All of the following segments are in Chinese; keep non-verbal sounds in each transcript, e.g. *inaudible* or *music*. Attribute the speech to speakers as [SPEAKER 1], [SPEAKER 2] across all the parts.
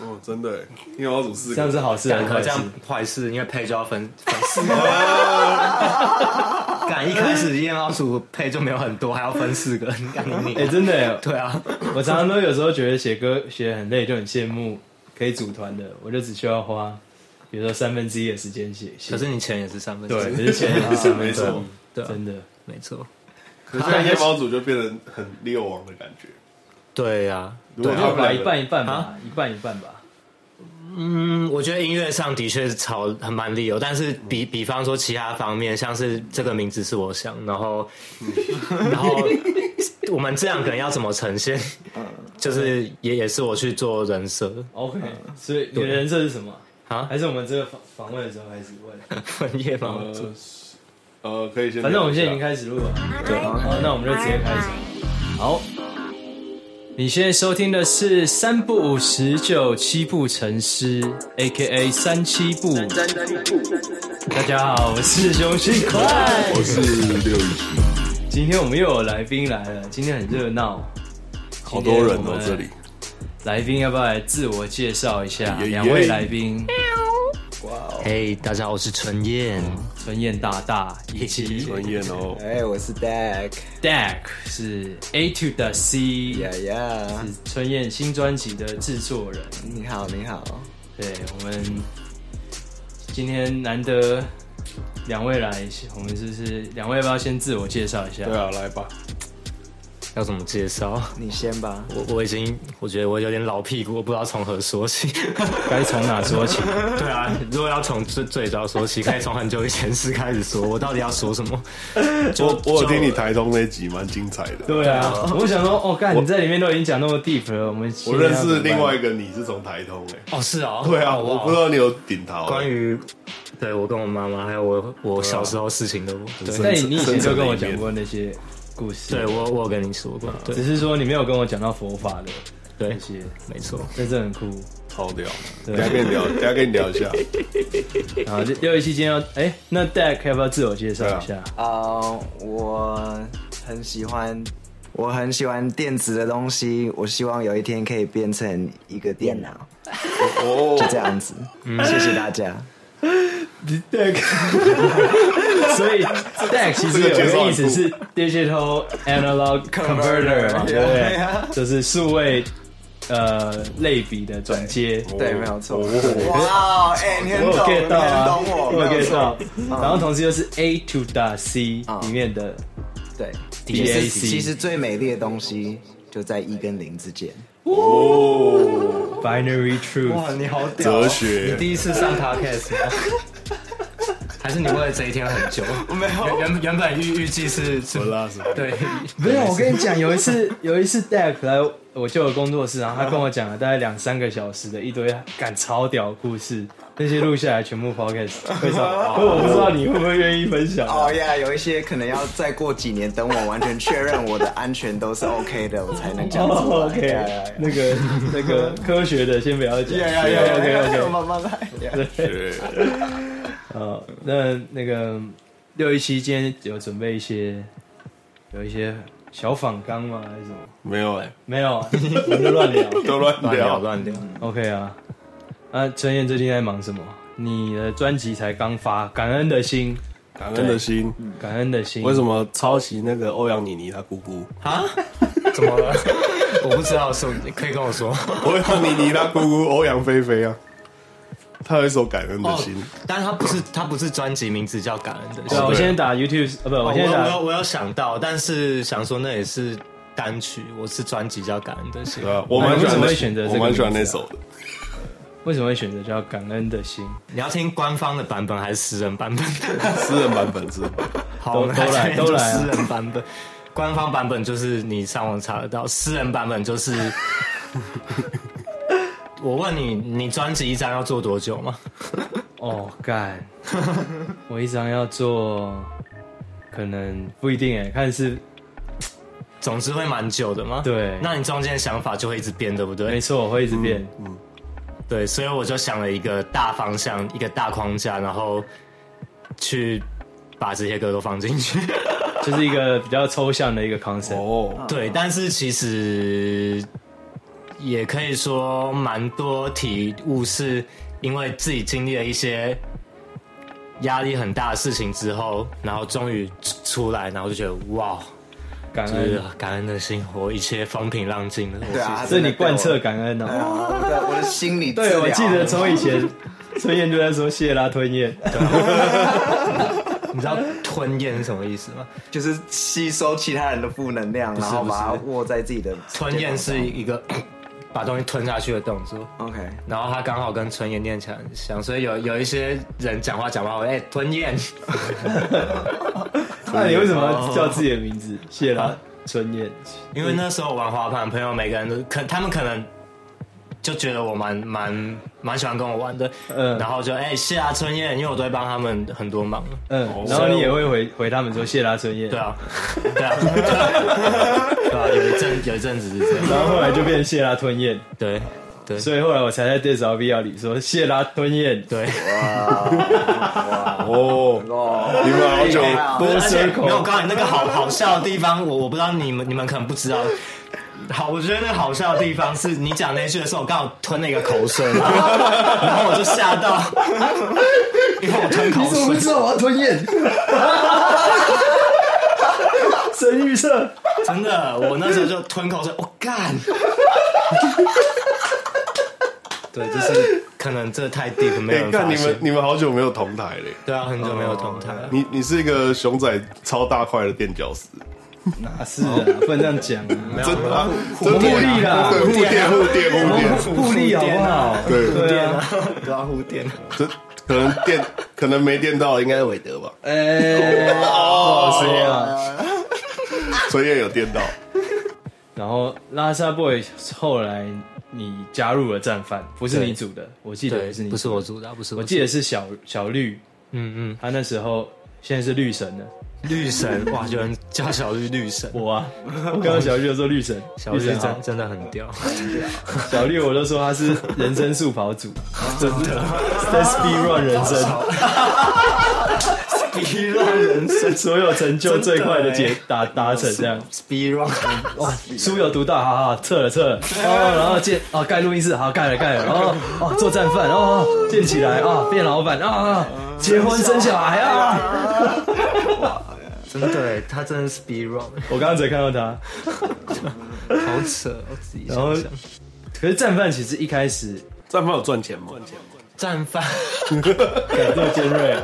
[SPEAKER 1] 哦，真的耶，樱桃煮四
[SPEAKER 2] 这样
[SPEAKER 1] 个，
[SPEAKER 2] 是好事还
[SPEAKER 3] 干
[SPEAKER 2] 是坏
[SPEAKER 3] 可
[SPEAKER 2] 事
[SPEAKER 3] 这样？坏事，因为配就
[SPEAKER 2] *laughs*
[SPEAKER 3] 要分分四个。
[SPEAKER 2] 哦
[SPEAKER 3] 干一开始燕猫鼠配就没有很多，还要分四个， *laughs* 你干你
[SPEAKER 2] 哎、
[SPEAKER 3] 你。
[SPEAKER 2] 真的耶，
[SPEAKER 3] 对啊，
[SPEAKER 2] 我常常都有时候觉得写歌写得很累，就很羡慕可以组团的，我就只需要花，比如说三分之一的时间写。写
[SPEAKER 3] 可是你钱也是三分之
[SPEAKER 2] 对，
[SPEAKER 3] 一，
[SPEAKER 2] 可
[SPEAKER 3] *laughs*
[SPEAKER 2] 是钱也是三分
[SPEAKER 1] 没
[SPEAKER 2] 之
[SPEAKER 1] 错
[SPEAKER 2] 一，
[SPEAKER 3] 对啊
[SPEAKER 2] 真的。
[SPEAKER 3] 没错。
[SPEAKER 1] 可是现在夜猫组就变成很猎王的感觉。
[SPEAKER 3] 对呀，
[SPEAKER 1] 如果
[SPEAKER 2] 没
[SPEAKER 1] 他
[SPEAKER 2] 有
[SPEAKER 1] 们
[SPEAKER 2] 吧，
[SPEAKER 1] 两
[SPEAKER 2] 一
[SPEAKER 1] 个
[SPEAKER 2] 半一半吧
[SPEAKER 3] 啊，
[SPEAKER 2] 一半一半吧。
[SPEAKER 3] 嗯，我觉得音乐上的确是吵很蛮理由，但是比
[SPEAKER 2] 嗯
[SPEAKER 3] 比方说其他方面，像是这个名字是我想，然后
[SPEAKER 2] 嗯
[SPEAKER 3] 然后 *laughs* 我们这样可能要怎么呈现，
[SPEAKER 2] 嗯
[SPEAKER 3] 就是也也是我去做人设
[SPEAKER 2] OK，所以你的人设是什么？
[SPEAKER 3] 啊，
[SPEAKER 2] 还是我们这个访访问的时候开始问？
[SPEAKER 3] 分夜猫
[SPEAKER 1] 呃呃，可以先聊一下。
[SPEAKER 2] 反正我们现在已经开始录了。
[SPEAKER 3] 对
[SPEAKER 2] 好，那我们就直接开始。好，你现在收听的是三不五十九七步成诗，A K A 三七步。大家好，我是熊信快。
[SPEAKER 4] 我是六一七，
[SPEAKER 2] 今天我们又有来宾来了，今天很热闹，
[SPEAKER 4] 好多人
[SPEAKER 2] 今天我
[SPEAKER 4] 哦
[SPEAKER 2] 们
[SPEAKER 4] 这里。
[SPEAKER 2] 来宾要不要来自我介绍一下？
[SPEAKER 4] 耶耶
[SPEAKER 2] 两位来宾，
[SPEAKER 3] 嘿大家好，我是陈燕，
[SPEAKER 2] 春燕大大以及
[SPEAKER 1] 专业哦，
[SPEAKER 4] 哎，我是 Dak，
[SPEAKER 2] Deck 是 A to the C，
[SPEAKER 4] 呀呀，
[SPEAKER 2] 是春燕新专辑的制作人。
[SPEAKER 4] 你好，你好，
[SPEAKER 2] 对我们今天难得两位来，我们就是两位要不要先自我介绍一下？
[SPEAKER 1] 对啊，来吧，
[SPEAKER 3] 要怎么介绍？
[SPEAKER 4] 你先吧。
[SPEAKER 3] 我我已经我觉得我有点老屁股，我不知道从何说 *laughs* 起。
[SPEAKER 2] 该从哪说起？
[SPEAKER 3] *laughs* 对啊，如果要从最最早说起，可以从很久以前事开始说。我到底要说什 *laughs* 么？就
[SPEAKER 1] 我我有听你
[SPEAKER 3] 就
[SPEAKER 1] 台中那集，蛮精彩的。
[SPEAKER 2] 对啊，我想说，哦，干，你在里面都已经讲那么 deep 了，我们
[SPEAKER 1] 我认识另外一个你是从台通哎，
[SPEAKER 3] 哦，是 *laughs* 哦，
[SPEAKER 1] 对啊，
[SPEAKER 3] 哦
[SPEAKER 1] 我不知。道你有顶啊桃。
[SPEAKER 3] 关于对我跟我妈妈还有我我小时候事情的，对啊
[SPEAKER 2] 但你以前就跟我讲过那些故事，
[SPEAKER 3] 对，我我有跟你说过，对
[SPEAKER 2] 只是说你没有跟我讲到佛法的
[SPEAKER 3] 对
[SPEAKER 2] 那，些，
[SPEAKER 3] 没错。
[SPEAKER 2] 这真的很酷。
[SPEAKER 1] 超屌，等
[SPEAKER 2] 对
[SPEAKER 1] 一下跟你聊，等一下跟你聊一下。
[SPEAKER 2] 然后就六一期间要，哎，那 Deck 要不要自我介绍一
[SPEAKER 1] 啊
[SPEAKER 2] 下？
[SPEAKER 5] 呃，我很喜欢，我很喜欢电子的东西。我希望有一天可以变成一个电脑，
[SPEAKER 1] 哦，
[SPEAKER 5] *laughs* 就这样子。谢谢大家。
[SPEAKER 2] 所以 DAC 其实有个意思是 digital analog converter 嘛，对不对？就是数位呃类比的转接。
[SPEAKER 5] 对，没有错。
[SPEAKER 1] 哦
[SPEAKER 5] 哇，哎，你很
[SPEAKER 2] 我有
[SPEAKER 5] 懂，你
[SPEAKER 2] get
[SPEAKER 5] 很
[SPEAKER 2] 到啊，
[SPEAKER 5] 懂我，
[SPEAKER 2] 我有
[SPEAKER 5] 没有
[SPEAKER 2] get
[SPEAKER 5] 错
[SPEAKER 2] 到。然后同时又是 A to the C
[SPEAKER 5] 嗯
[SPEAKER 2] 里面的
[SPEAKER 5] 对，
[SPEAKER 2] B A
[SPEAKER 5] 其实其
[SPEAKER 2] C
[SPEAKER 5] 实最美丽的东西就在一跟零之间。
[SPEAKER 2] binary truth。
[SPEAKER 3] 你好屌
[SPEAKER 1] 哲学
[SPEAKER 3] 第一次上 podcast 吗还是你为了这一天很久？ *laughs* 没有，原原本预预计是是
[SPEAKER 1] 拉什么？
[SPEAKER 3] *laughs* 对，
[SPEAKER 2] *laughs* 没有，我跟你讲，有一次有一次 Deck 来我舅的工作室，然后他跟我讲了大概两三个小时的一堆赶超屌的故事，那些录下来全部 podcast，为什么？可我不知道你会不会愿意分享啊。
[SPEAKER 5] 哦呀，有一些可能要再过几年，等我完全确认我的安全都是 OK 的，我才能讲出
[SPEAKER 2] 哦
[SPEAKER 5] 来。
[SPEAKER 2] ，OK，那
[SPEAKER 5] *laughs*
[SPEAKER 2] 个那个科学的先不要讲。
[SPEAKER 5] 呀呀呀
[SPEAKER 2] ，OK
[SPEAKER 5] 呀呀，
[SPEAKER 2] OK。
[SPEAKER 5] 慢慢来。
[SPEAKER 1] 对，
[SPEAKER 2] 呃，那那个六一期间有准备一些有一些小仿纲吗？还是什么？
[SPEAKER 1] 没有哎，
[SPEAKER 2] 没有啊， *laughs* 我们就乱聊。
[SPEAKER 1] 都乱
[SPEAKER 3] 乱聊
[SPEAKER 1] 聊。
[SPEAKER 3] 乱聊。
[SPEAKER 2] OK 啊，啊，陈燕最近在忙什么？你的专辑才刚发，《感恩的心
[SPEAKER 1] 感恩的心，》，
[SPEAKER 2] 感恩的心。
[SPEAKER 1] 为什
[SPEAKER 2] 么？
[SPEAKER 1] 么抄袭那个欧阳妮妮她姑姑？ *laughs*
[SPEAKER 3] 啊怎么了？ *laughs* 我不知道，说可以跟我说。
[SPEAKER 1] 欧阳妮妮她姑姑欧阳菲菲啊，她有一首《感恩的心》，
[SPEAKER 3] 哦但他不是他不是专辑名字叫《感恩的
[SPEAKER 2] 对》
[SPEAKER 3] 心
[SPEAKER 2] 啊，
[SPEAKER 3] 哦。
[SPEAKER 2] 我现在打 YouTube，呃，不，我
[SPEAKER 3] 我
[SPEAKER 2] 现在
[SPEAKER 3] 我
[SPEAKER 2] 打
[SPEAKER 3] 有我有想到，但是想说那也是单曲，我是专辑叫《感恩的心
[SPEAKER 1] 对》。啊，我蛮喜欢
[SPEAKER 2] 你为什么
[SPEAKER 1] 那
[SPEAKER 2] 会选择这个
[SPEAKER 1] 我蛮喜欢那
[SPEAKER 2] 名字啊
[SPEAKER 1] 首的。
[SPEAKER 2] 为什么会选择叫《感恩的心》？
[SPEAKER 3] 你要听官方的版本还是私人版 *laughs* 本？
[SPEAKER 1] 私人版本，私人版本。
[SPEAKER 3] 好，我们
[SPEAKER 2] 都都来都来啊
[SPEAKER 3] 私人版本。官方版本就是你上网查得到，私人版本就是。
[SPEAKER 1] *laughs*
[SPEAKER 3] 我问你，你专辑一张要做多久吗？
[SPEAKER 2] 哦，干！我一张要做，可能不一定哎，看是
[SPEAKER 3] 总之会蛮久的吗？
[SPEAKER 2] 对
[SPEAKER 3] 那你中间想法就会一直变，对不对？
[SPEAKER 2] 没错，我会一直变。
[SPEAKER 3] 嗯对，所以我就想了一个大方向，一个大框架，然后去把这些歌都放进去。
[SPEAKER 5] 嗯
[SPEAKER 3] *laughs*
[SPEAKER 2] 就是
[SPEAKER 3] 哦
[SPEAKER 2] 一个比较抽象的一个 concept。
[SPEAKER 1] 哦，
[SPEAKER 3] 对，但是其实也可以说蛮多体悟，是因为自己经历了一些压力很大的事情之后，然后终于出出来，然后就觉得哇，
[SPEAKER 2] 感
[SPEAKER 3] 就是
[SPEAKER 2] 恩，
[SPEAKER 3] 感恩的心，我一切风平浪静了。
[SPEAKER 5] 嗯对啊，
[SPEAKER 2] 这
[SPEAKER 5] 真的
[SPEAKER 2] 你贯彻
[SPEAKER 5] 对
[SPEAKER 2] 感恩哦。
[SPEAKER 5] 我，啊我的我的心理治疗
[SPEAKER 2] 对，我记得从以前春燕就在说谢拉吞
[SPEAKER 3] *laughs*
[SPEAKER 2] 燕，
[SPEAKER 3] 你知道吞咽是什么意思吗？
[SPEAKER 5] 就是吸收其他人的负能量，然后把它握在自己的
[SPEAKER 3] 吞咽是一个 *coughs* 把东西吞下去的动作。
[SPEAKER 5] OK。
[SPEAKER 3] 然后它刚好跟吞咽念起来很像，所以有有一些人讲话讲话，我哎、吞咽，
[SPEAKER 2] 那你为什么要叫自己的名字谢
[SPEAKER 3] 哦
[SPEAKER 2] 拉春燕？
[SPEAKER 3] 因为那时候玩滑板，朋友每个人都可，他们可能就觉得我蛮蛮蛮喜欢跟我玩的，
[SPEAKER 2] 嗯
[SPEAKER 3] 然后就哎、谢啊春燕，因为我都会帮他们很多忙，哦
[SPEAKER 2] 嗯，然后你也会回回他们说谢拉春燕，
[SPEAKER 3] 对，啊， *laughs* 对啊，对啊，对啊，有一阵有一阵子是这样，
[SPEAKER 2] 然后后来就变成谢拉吞燕，
[SPEAKER 3] 对对
[SPEAKER 2] 所以后来我才在 d i s r V 里说谢拉吞燕，
[SPEAKER 3] 对，
[SPEAKER 1] 哦，
[SPEAKER 5] 哦，
[SPEAKER 1] 你们好久，
[SPEAKER 2] 多
[SPEAKER 3] 而且
[SPEAKER 2] 深
[SPEAKER 3] 没有，我
[SPEAKER 2] 口，
[SPEAKER 3] 告诉你那个好好笑的地方，我我不知道你们你们可能不知道。好，我觉得那个好笑的地方是你讲那句的时候，我刚好吞了一个口水，然后然后我就吓到，因为我吞口水，
[SPEAKER 2] 知道我要吞燕？神预测，
[SPEAKER 3] 真的，我那时候就吞口水，我、干。对，就是可能这太 deep 没有
[SPEAKER 1] *laughs* 哎，
[SPEAKER 3] 人发
[SPEAKER 1] 看你
[SPEAKER 3] 现
[SPEAKER 1] 们。你们好久没有同台嘞。
[SPEAKER 3] 对啊，很久没有同台
[SPEAKER 2] 哦
[SPEAKER 3] 了。
[SPEAKER 1] 你你是一个熊仔超大块的垫脚石，
[SPEAKER 2] 哪是啊？不能这样讲啊，
[SPEAKER 1] 真的啊，
[SPEAKER 2] 我
[SPEAKER 1] 真
[SPEAKER 2] 们互
[SPEAKER 1] 的
[SPEAKER 2] 利啦，
[SPEAKER 1] 对，互垫互垫互垫，
[SPEAKER 2] 互利好不好？
[SPEAKER 1] *laughs* 对
[SPEAKER 2] 对啊。
[SPEAKER 3] 对啊，护垫。
[SPEAKER 1] 这 *laughs* 可能电可能没电到，应该是韦德吧？
[SPEAKER 2] 哎，好好吃
[SPEAKER 3] 哦
[SPEAKER 2] 啊！
[SPEAKER 1] 所以也有电到，
[SPEAKER 2] 然后拉萨 boy 后来你加入了战犯，不是你组的，我记得
[SPEAKER 3] 对
[SPEAKER 2] 不是，你，
[SPEAKER 3] 不是，我主打，不是
[SPEAKER 2] 我
[SPEAKER 3] 我。
[SPEAKER 2] 记得是小小绿，
[SPEAKER 3] 嗯嗯，
[SPEAKER 2] 他那时候现在是绿神了。
[SPEAKER 3] 绿神，哇，有人叫小绿绿神，
[SPEAKER 2] 我啊，我刚刚小绿就说绿
[SPEAKER 3] *laughs*
[SPEAKER 2] 神，
[SPEAKER 3] 小绿
[SPEAKER 2] 神
[SPEAKER 3] 真
[SPEAKER 2] 好，
[SPEAKER 3] 真的很屌。
[SPEAKER 2] 小绿我都说他是人生速跑
[SPEAKER 3] *laughs*
[SPEAKER 2] 组，真的在 speed run 人生，
[SPEAKER 3] Speed Run 人生 *laughs*
[SPEAKER 2] 所有成就最快的
[SPEAKER 3] 真
[SPEAKER 2] 解
[SPEAKER 3] 的欸
[SPEAKER 2] 达达成这样。
[SPEAKER 3] ，Speed Run，
[SPEAKER 2] 书有读到，好好撤了
[SPEAKER 3] *laughs*
[SPEAKER 2] 撤了，哦， *laughs* 然后建哦盖录音室，好盖了盖了，哦哦做战犯，哦哦建起来，哦变老板，啊、哦、结婚生小孩啊！
[SPEAKER 3] 真的，他真的是 Speed Run，
[SPEAKER 2] 我刚刚才看到他，
[SPEAKER 3] 好扯，我自己
[SPEAKER 2] 然后
[SPEAKER 3] 想想。
[SPEAKER 2] 可是战犯其实一开始
[SPEAKER 1] 战犯有赚钱吗？
[SPEAKER 3] 战犯，
[SPEAKER 2] 感这么尖锐啊，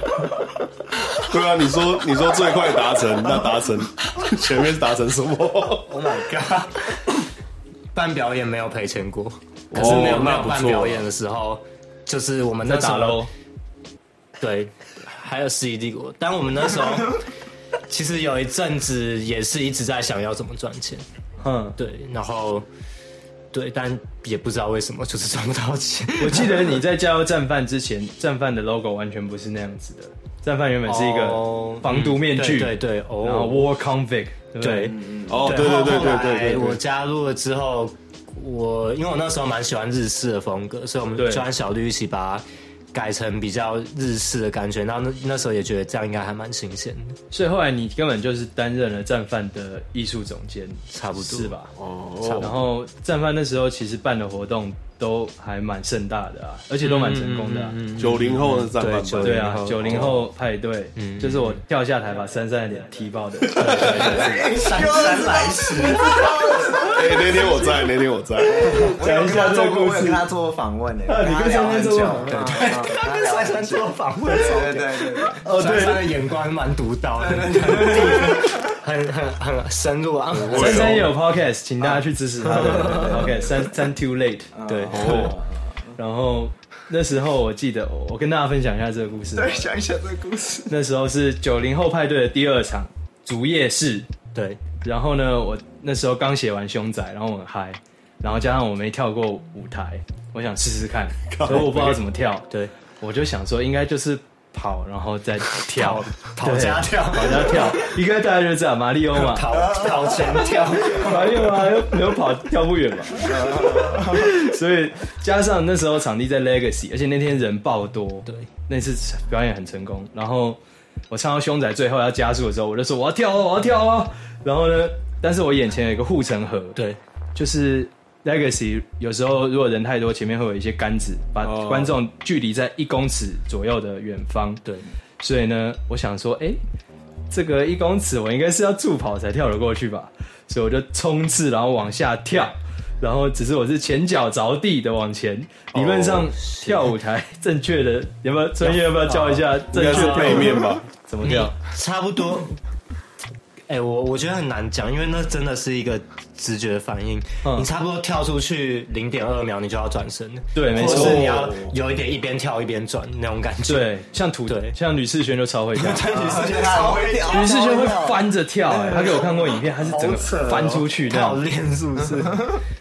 [SPEAKER 1] 对啊，你说你说最快达成，那达成 *laughs* 前面是达成什么？
[SPEAKER 3] 办表演没有赔钱过，可是没有
[SPEAKER 1] 哦
[SPEAKER 3] 没
[SPEAKER 1] 那
[SPEAKER 3] 有
[SPEAKER 1] 不错
[SPEAKER 3] 办表演的时候，就是我们 *laughs* 那时
[SPEAKER 2] 打
[SPEAKER 3] 候
[SPEAKER 2] 喽，
[SPEAKER 3] 对，还有世纪帝国，但我们那时候 *laughs* 其实有一阵子也是一直在想要怎么赚钱，
[SPEAKER 2] 嗯，
[SPEAKER 3] 对，然后对，但也不知道为什么就是赚不到钱。
[SPEAKER 2] 我记得你在加入战犯之前，战犯的 logo 完全不是那样子的，战犯原本是一个
[SPEAKER 3] 哦
[SPEAKER 2] 防毒面具，
[SPEAKER 3] 嗯对对对哦
[SPEAKER 2] 然后 war convict，对不
[SPEAKER 3] 对
[SPEAKER 2] 对，，
[SPEAKER 1] 哦，对对对
[SPEAKER 3] 后后
[SPEAKER 1] 对
[SPEAKER 3] 来
[SPEAKER 1] 对对
[SPEAKER 3] 我
[SPEAKER 1] 对，
[SPEAKER 3] 加入了之后，我因为我那时候蛮喜欢日式的风格，所以我们
[SPEAKER 2] 对
[SPEAKER 3] 就和小绿一起把它改成比较日式的感觉。然后那那时候也觉得这样应该还蛮新鲜的，
[SPEAKER 2] 所以后来你根本就是担任了战犯的艺术总监，
[SPEAKER 3] 差不多
[SPEAKER 2] 是吧？
[SPEAKER 1] 哦，
[SPEAKER 2] 然后战犯那时候其实办的活动都还蛮盛大的啊，而且都蛮成功的、啊。
[SPEAKER 3] 嗯
[SPEAKER 1] 九零后的战
[SPEAKER 3] 对嗯
[SPEAKER 1] 犯
[SPEAKER 3] 九
[SPEAKER 1] 吧，
[SPEAKER 2] 对啊，
[SPEAKER 3] 90
[SPEAKER 2] 九零后派对，就是我跳下台把珊珊的脸踢爆
[SPEAKER 3] *laughs*
[SPEAKER 2] 的。
[SPEAKER 1] 哎，那天我在，那天我在，
[SPEAKER 5] 讲一
[SPEAKER 2] 下这个故事
[SPEAKER 5] 我有跟他做过访问呢，
[SPEAKER 2] 你跟珊珊做过访问
[SPEAKER 5] 对对，他跟珊珊做访问，对对对对，
[SPEAKER 3] 哦，对，他的眼光蛮独到的，很很很深入啊。
[SPEAKER 2] 珊珊也有 podcast，请大家去支持她的 podcast。三三 too late。
[SPEAKER 3] 对，
[SPEAKER 2] 然后那时候我记得，我我跟大家分享一下这个故事。
[SPEAKER 5] 对，讲一下这 *laughs* 个故事，
[SPEAKER 2] 那时候是九零后派对的第二场竹夜市，
[SPEAKER 3] 对，
[SPEAKER 2] 然后呢，我那时候刚写完《凶宅》，然后我很嗨，然后加上我没跳过舞台，我想试试看，所以我不知道怎么跳，
[SPEAKER 3] 对，
[SPEAKER 2] 我就想说应该就是跑，然后再跳，
[SPEAKER 3] 跑家跳，
[SPEAKER 2] 跑加跳，应该大家就这样，马里欧嘛，
[SPEAKER 3] *laughs* 跑跑前跳，
[SPEAKER 2] 马里欧嘛，又没有跑跳不远嘛， *laughs* 所以加上那时候场地在 Legacy，而且那天人爆多，
[SPEAKER 3] 对，
[SPEAKER 2] 那次表演很成功，然后我唱到凶宅最后要加速的时候，我就说我要跳哦，我要跳哦，然后呢，但是我眼前有一个护城河，对
[SPEAKER 3] *laughs* 对，
[SPEAKER 2] 就是 legacy 有时候如果人太多，前面会有一些杆子，把
[SPEAKER 1] 哦
[SPEAKER 2] 观众距离在一公尺左右的远方。
[SPEAKER 3] 对，
[SPEAKER 2] 所以呢，我想说，哎、这个一公尺我应该是要助跑才跳得过去吧，所以我就冲刺，然后往下跳，然后只是我是前脚着地的往前。
[SPEAKER 1] 哦
[SPEAKER 2] 理论上跳舞台正确的，有没有专业要不要教一下
[SPEAKER 1] 应
[SPEAKER 2] 正
[SPEAKER 1] 该
[SPEAKER 2] 确
[SPEAKER 1] 是
[SPEAKER 2] 的
[SPEAKER 1] 背面吧？
[SPEAKER 2] 怎么跳？
[SPEAKER 3] 差不多。哎、我我觉得很难讲，因为那真的是一个直觉反应。
[SPEAKER 2] 嗯
[SPEAKER 3] 你差不多跳出去零点二秒，你就要转身了。
[SPEAKER 2] 对没错
[SPEAKER 3] 或者是你要有一点一边跳一边转那种感觉。
[SPEAKER 2] 对，像土
[SPEAKER 3] 对
[SPEAKER 2] 像吕世轩就超会
[SPEAKER 1] *laughs*
[SPEAKER 2] 跳。
[SPEAKER 5] 而且他很会跳
[SPEAKER 2] 吕世轩会翻着跳、哎，他给我看过影片，他是整个
[SPEAKER 1] 哦
[SPEAKER 2] 翻出去这
[SPEAKER 3] 他 *laughs* 好
[SPEAKER 2] 样。
[SPEAKER 3] 练是不
[SPEAKER 2] *laughs*
[SPEAKER 3] 是？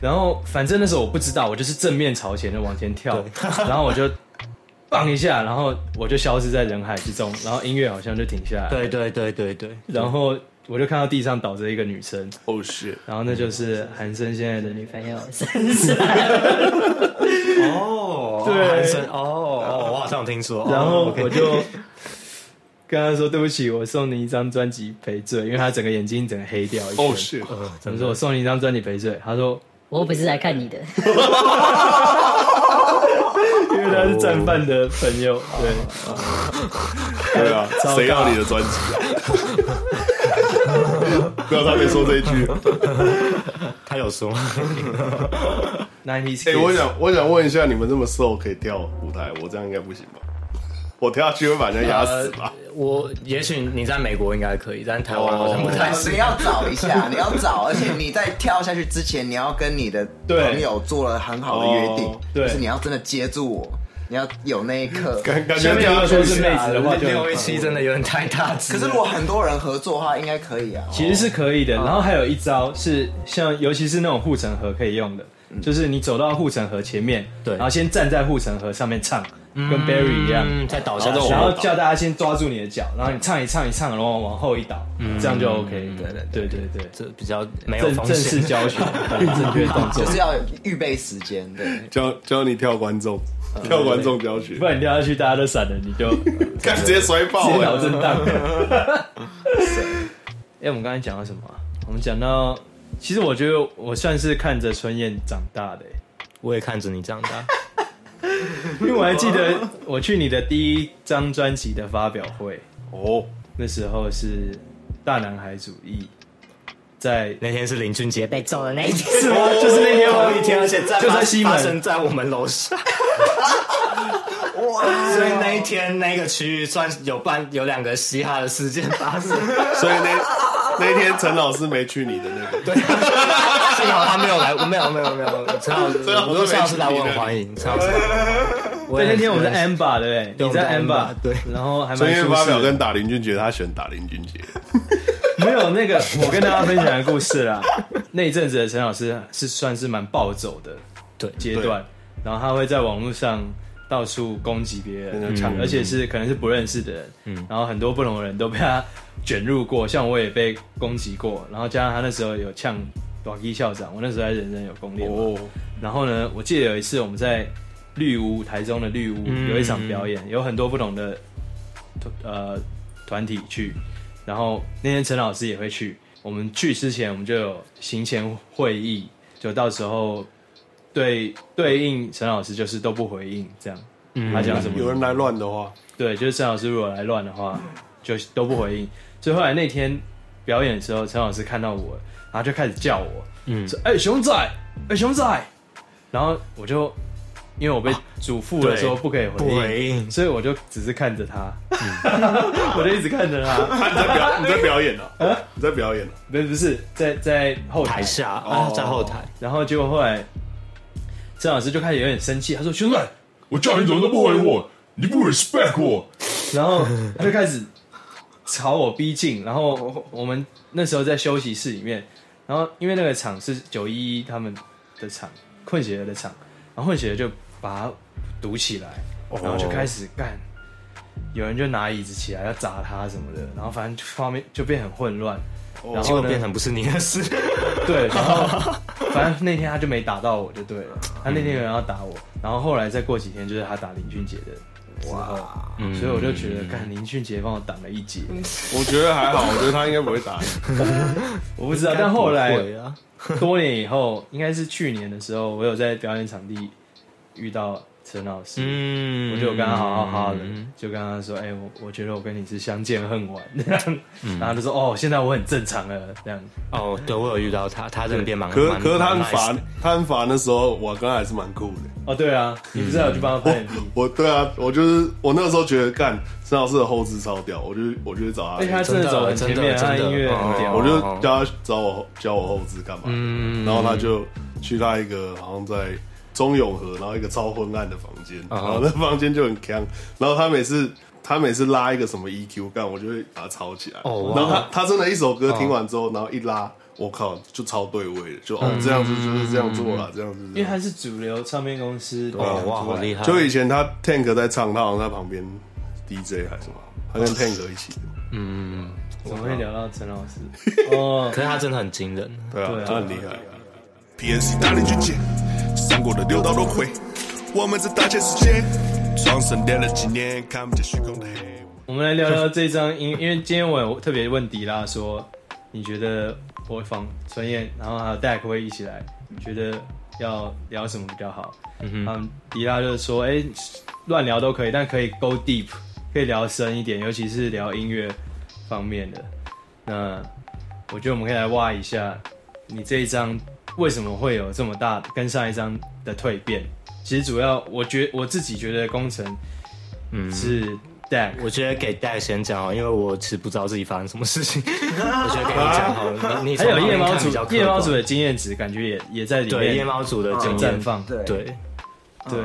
[SPEAKER 2] 然后反正那时候我不知道，我就是正面朝前的往前跳， *laughs* 然后我就棒一下，然后我就消失在人海之中，然后音乐好像就停下来。，
[SPEAKER 3] 对对对对对，
[SPEAKER 2] 然后我就看到地上倒着一个女生，
[SPEAKER 1] 哦、oh、shit！
[SPEAKER 2] 然后那就是韩生现在的女朋友。
[SPEAKER 3] 哦，
[SPEAKER 2] 对
[SPEAKER 3] 韩生哦哦，我好像有听说。
[SPEAKER 2] 然
[SPEAKER 3] 哦
[SPEAKER 2] 后
[SPEAKER 3] ，OK
[SPEAKER 2] 我就跟他说：“对不起，我送你一张专辑赔罪，因为他整个眼睛整个黑掉一圈。”
[SPEAKER 1] 哦、shit！
[SPEAKER 2] 我说：“我送你一张专辑赔罪。”他说
[SPEAKER 6] 我又不是来看你的，：“
[SPEAKER 2] *laughs* 因为他是战犯的朋友。”对。
[SPEAKER 1] 对啊
[SPEAKER 2] 糟，糕
[SPEAKER 1] 谁要你的专辑啊？ *laughs* 不要他被说这一句。
[SPEAKER 3] 他有说，
[SPEAKER 2] Ninety s
[SPEAKER 3] *laughs*
[SPEAKER 1] 哎、我想，我想问一下，你们这么瘦可以跳舞台，我这样应该不行吧？我跳下去会把人家压死吧？
[SPEAKER 3] 呃我也许你在美国应该可以，但台湾好像不
[SPEAKER 1] 哦
[SPEAKER 3] 太。
[SPEAKER 5] 对，你要找一下，你要找，而且你在跳下去之前，你要跟你的
[SPEAKER 2] 对
[SPEAKER 5] 朋友做了很好的约定
[SPEAKER 1] 哦，
[SPEAKER 2] 对
[SPEAKER 5] 就是你要真的接住我，你要有那一刻。
[SPEAKER 1] 感感觉
[SPEAKER 2] 下面
[SPEAKER 1] 跳
[SPEAKER 2] 要
[SPEAKER 1] 下
[SPEAKER 2] 说
[SPEAKER 1] 去
[SPEAKER 2] 是妹子的话就很
[SPEAKER 3] 六一七真的有点太大只了。
[SPEAKER 5] 可是如果很多人合作的话，应该可以啊。
[SPEAKER 2] 其实是可以的。然后还有一招是像，尤其是那种护城河可以用的，就是你走到护城河前面，
[SPEAKER 3] 对
[SPEAKER 2] 然后先站在护城河上面唱，跟 Barry 一样，
[SPEAKER 3] 嗯，再倒下
[SPEAKER 1] 然后
[SPEAKER 3] 去，
[SPEAKER 2] 然后叫大家先抓住你的脚，然后你唱一唱一唱，然后往后一倒，这样就 OK。对对对对
[SPEAKER 3] 这比较没有
[SPEAKER 2] 正
[SPEAKER 3] 风
[SPEAKER 2] 正式
[SPEAKER 3] 险。
[SPEAKER 2] 教学，很正确动作
[SPEAKER 5] 哦就。是要预备时间，对。
[SPEAKER 1] 教教你跳观众，
[SPEAKER 2] 啊
[SPEAKER 1] 跳观众教学
[SPEAKER 2] 不，然你掉下去，大家都闪了，你就直
[SPEAKER 1] 看直接摔爆
[SPEAKER 2] 接脑
[SPEAKER 1] 哎、
[SPEAKER 2] 震荡。 *laughs* 哎，我们刚才讲到什么啊？我们讲到，其实我觉得我算是看着春燕长大的、欸
[SPEAKER 3] 我也看着你长 *laughs* 大，
[SPEAKER 2] *laughs* 因为我还记得我去你的第一张专辑的发表会，
[SPEAKER 1] 哦，
[SPEAKER 2] 那时候是大男孩主义，在
[SPEAKER 3] 那天是林俊杰
[SPEAKER 6] 被揍的那一天。
[SPEAKER 2] 是
[SPEAKER 3] 啊
[SPEAKER 2] 吗？就是那天
[SPEAKER 3] 同
[SPEAKER 2] 吗？
[SPEAKER 3] 一天，而且在
[SPEAKER 2] 就
[SPEAKER 3] 发
[SPEAKER 2] 在西门
[SPEAKER 3] 发生在我们楼下。 *laughs* 哇！所以那一天那个区域算有办有两个嘻哈的事件发生，
[SPEAKER 1] 所以那那一天陈老师没去你的那个，
[SPEAKER 3] *laughs* 幸好他没有来，没有没有没有，陈老师，
[SPEAKER 1] 陈老师
[SPEAKER 3] 我说陈老师来我很欢迎，陈
[SPEAKER 2] *laughs*
[SPEAKER 3] 老师。
[SPEAKER 2] 对，那天我们
[SPEAKER 3] 在
[SPEAKER 2] 在哎 Amber 对不对？
[SPEAKER 3] 对
[SPEAKER 2] 你在
[SPEAKER 3] 我们在
[SPEAKER 2] Amber
[SPEAKER 3] Amber，对，
[SPEAKER 2] 然后还
[SPEAKER 1] 所
[SPEAKER 2] 蛮
[SPEAKER 1] 以
[SPEAKER 2] 舒
[SPEAKER 1] 发表
[SPEAKER 2] 适的。
[SPEAKER 1] 跟打林俊杰，他选打林俊杰，
[SPEAKER 2] *laughs* 没有那个，我跟大家分享的故事啦。 *laughs* 那一阵子的陈老师是算是蛮暴走的
[SPEAKER 3] 对
[SPEAKER 2] 阶段，然后他会在网络上到处攻击别人，啊
[SPEAKER 1] 嗯
[SPEAKER 2] 而且是可能是不认识的人，嗯，然后很多不同的人都被他卷入过，像我也被攻击过，然后加上他那时候有呛短一校长，我那时候在人人有攻略嘛，
[SPEAKER 1] 哦，
[SPEAKER 2] 然后呢，我记得有一次我们在绿屋，台中的绿屋
[SPEAKER 3] 嗯
[SPEAKER 2] 有一场表演，有很多不同的呃团体去，然后那天陈老师也会去。我们去之前，我们就有行前会议，就到时候对对应陈老师就是都不回应这样。他讲什么？
[SPEAKER 1] 有人来乱的
[SPEAKER 2] *laughs*
[SPEAKER 1] 话，
[SPEAKER 2] 对，就是陈老师如果来乱的话，就都不回应。所以后来那天表演的时候，陈老师看到我，然后就开始叫我，嗯，说：“哎、熊仔，哎、熊仔。”然后我就因为我被嘱咐了
[SPEAKER 3] 对
[SPEAKER 2] 说不可以回应，
[SPEAKER 3] 不回应
[SPEAKER 2] 所以我就只是看着他， *laughs* 我就一直看着他，
[SPEAKER 1] 啊、你在表你在表演
[SPEAKER 2] *laughs*
[SPEAKER 1] 呢、啊？你在表演呢、
[SPEAKER 2] 不是不是在在后台
[SPEAKER 3] 台下啊，
[SPEAKER 2] 哦
[SPEAKER 3] 在后台，
[SPEAKER 2] 然后结果后来郑老师就开始有点生气，他说：“兄弟，
[SPEAKER 7] 我叫你怎么都不回我，你不 respect 我，
[SPEAKER 2] 然后他就开始朝我逼近，然后我们那时候在休息室里面，然后因为那个场是九一一他们的场，混血儿的场，然后混血儿就把它堵起来，然后就开始干，有人就拿椅子起来要砸他什么的，然后反正画面就变很混乱，然
[SPEAKER 3] 结
[SPEAKER 2] 后
[SPEAKER 3] 果
[SPEAKER 2] 呢
[SPEAKER 3] 变成不是你的事。
[SPEAKER 2] 对，然后反正那天他就没打到我就对了，他那天有人要打我，然后后来再过几天就是他打林俊杰的之后，
[SPEAKER 3] 嗯
[SPEAKER 2] *laughs* 所以我就觉得，干林俊杰帮我挡了一截，
[SPEAKER 1] 我觉得还好，我觉得他应该不会
[SPEAKER 2] *laughs*
[SPEAKER 1] 打你。
[SPEAKER 2] 我不知道。但后来
[SPEAKER 3] 不会啊
[SPEAKER 2] 多年以后，应该是去年的时候，我有在表演场地遇到陈老师，
[SPEAKER 3] 嗯
[SPEAKER 2] 我就有跟他好好好的，就跟他说，哎、我我觉得我跟你是相见恨晚， *laughs* 这样
[SPEAKER 3] 嗯
[SPEAKER 2] 然后他就说，哦，现在我很正常了，这样。
[SPEAKER 3] 哦，对我有遇到他，他真的变蛮
[SPEAKER 1] 可
[SPEAKER 3] 蛮
[SPEAKER 1] 可是他很
[SPEAKER 3] 蛮 nice
[SPEAKER 1] 烦
[SPEAKER 3] 的，
[SPEAKER 1] 他很烦的时候，我刚才还是蛮酷的。
[SPEAKER 2] 哦，对啊，你不是还有去帮他
[SPEAKER 3] 哦
[SPEAKER 2] 拍 MV？
[SPEAKER 1] 我对啊，我就是我那个时候觉得干陈老师的后置超屌，我就我就去找他
[SPEAKER 2] 而且哎他
[SPEAKER 1] 练。
[SPEAKER 2] 真的走很
[SPEAKER 3] 真
[SPEAKER 2] 前
[SPEAKER 3] 的
[SPEAKER 2] 面，
[SPEAKER 3] 真
[SPEAKER 2] 他
[SPEAKER 3] 的
[SPEAKER 2] 音乐很屌。
[SPEAKER 1] 我就
[SPEAKER 3] 哦
[SPEAKER 1] 叫他找我教我后置干嘛，
[SPEAKER 3] 嗯
[SPEAKER 1] 然后他就去他一个好像在中永和，然后一个超昏暗的房间，
[SPEAKER 3] 啊
[SPEAKER 1] 然后那房间就很强，然后他每次。他每次拉一个什么 EQ 干，我就会把它抄起来。
[SPEAKER 3] 哦哇哦
[SPEAKER 1] 然后他他真的一首歌听完之后，然后一拉，我靠，就超对位的，就
[SPEAKER 3] 嗯
[SPEAKER 1] 哦这样子就是这样做啦，这样子就是。
[SPEAKER 2] 因为他是主流唱片公司，
[SPEAKER 3] 哦哇，好厉害！
[SPEAKER 1] 就以前他 Tank 在唱，他好像在旁边 DJ 还是什么，他跟 Tank 一起的。
[SPEAKER 2] 怎么会聊到陈老师？哦，
[SPEAKER 3] 可是他真的很惊人，
[SPEAKER 1] 对啊，他很厉害。
[SPEAKER 8] PNC 大力军舰，三国的六道轮回，我们在大千世界创生练了几年，看不见虚空的黑。
[SPEAKER 2] 我们来聊聊这张音，因为今天我有特别问迪拉说，你觉得我访陈燕，然后还有 Dack 会一起来，觉得要聊什么比较好？嗯哼，迪拉就说，哎、乱聊都可以，但可以 go deep，可以聊深一点，尤其是聊音乐方面的。那我觉得我们可以来挖一下你这一张为什么会有这么大跟上一张的蜕变？其实主要我觉我自己觉得工程，嗯，是 Dack。
[SPEAKER 3] 我觉得给戴先讲哦好，因为我其实不知道自己发生什么事情。 *laughs* 我觉得给你讲好了，你你
[SPEAKER 2] 还有夜猫
[SPEAKER 3] 从旁边看比较
[SPEAKER 2] 族，
[SPEAKER 3] 客
[SPEAKER 2] 夜猫
[SPEAKER 3] 观
[SPEAKER 2] 族的经验值感觉也也在里面哦
[SPEAKER 3] 对夜猫族的经
[SPEAKER 2] 绽
[SPEAKER 3] 验，
[SPEAKER 2] 放。
[SPEAKER 5] 对
[SPEAKER 3] 对，嗯
[SPEAKER 2] 对，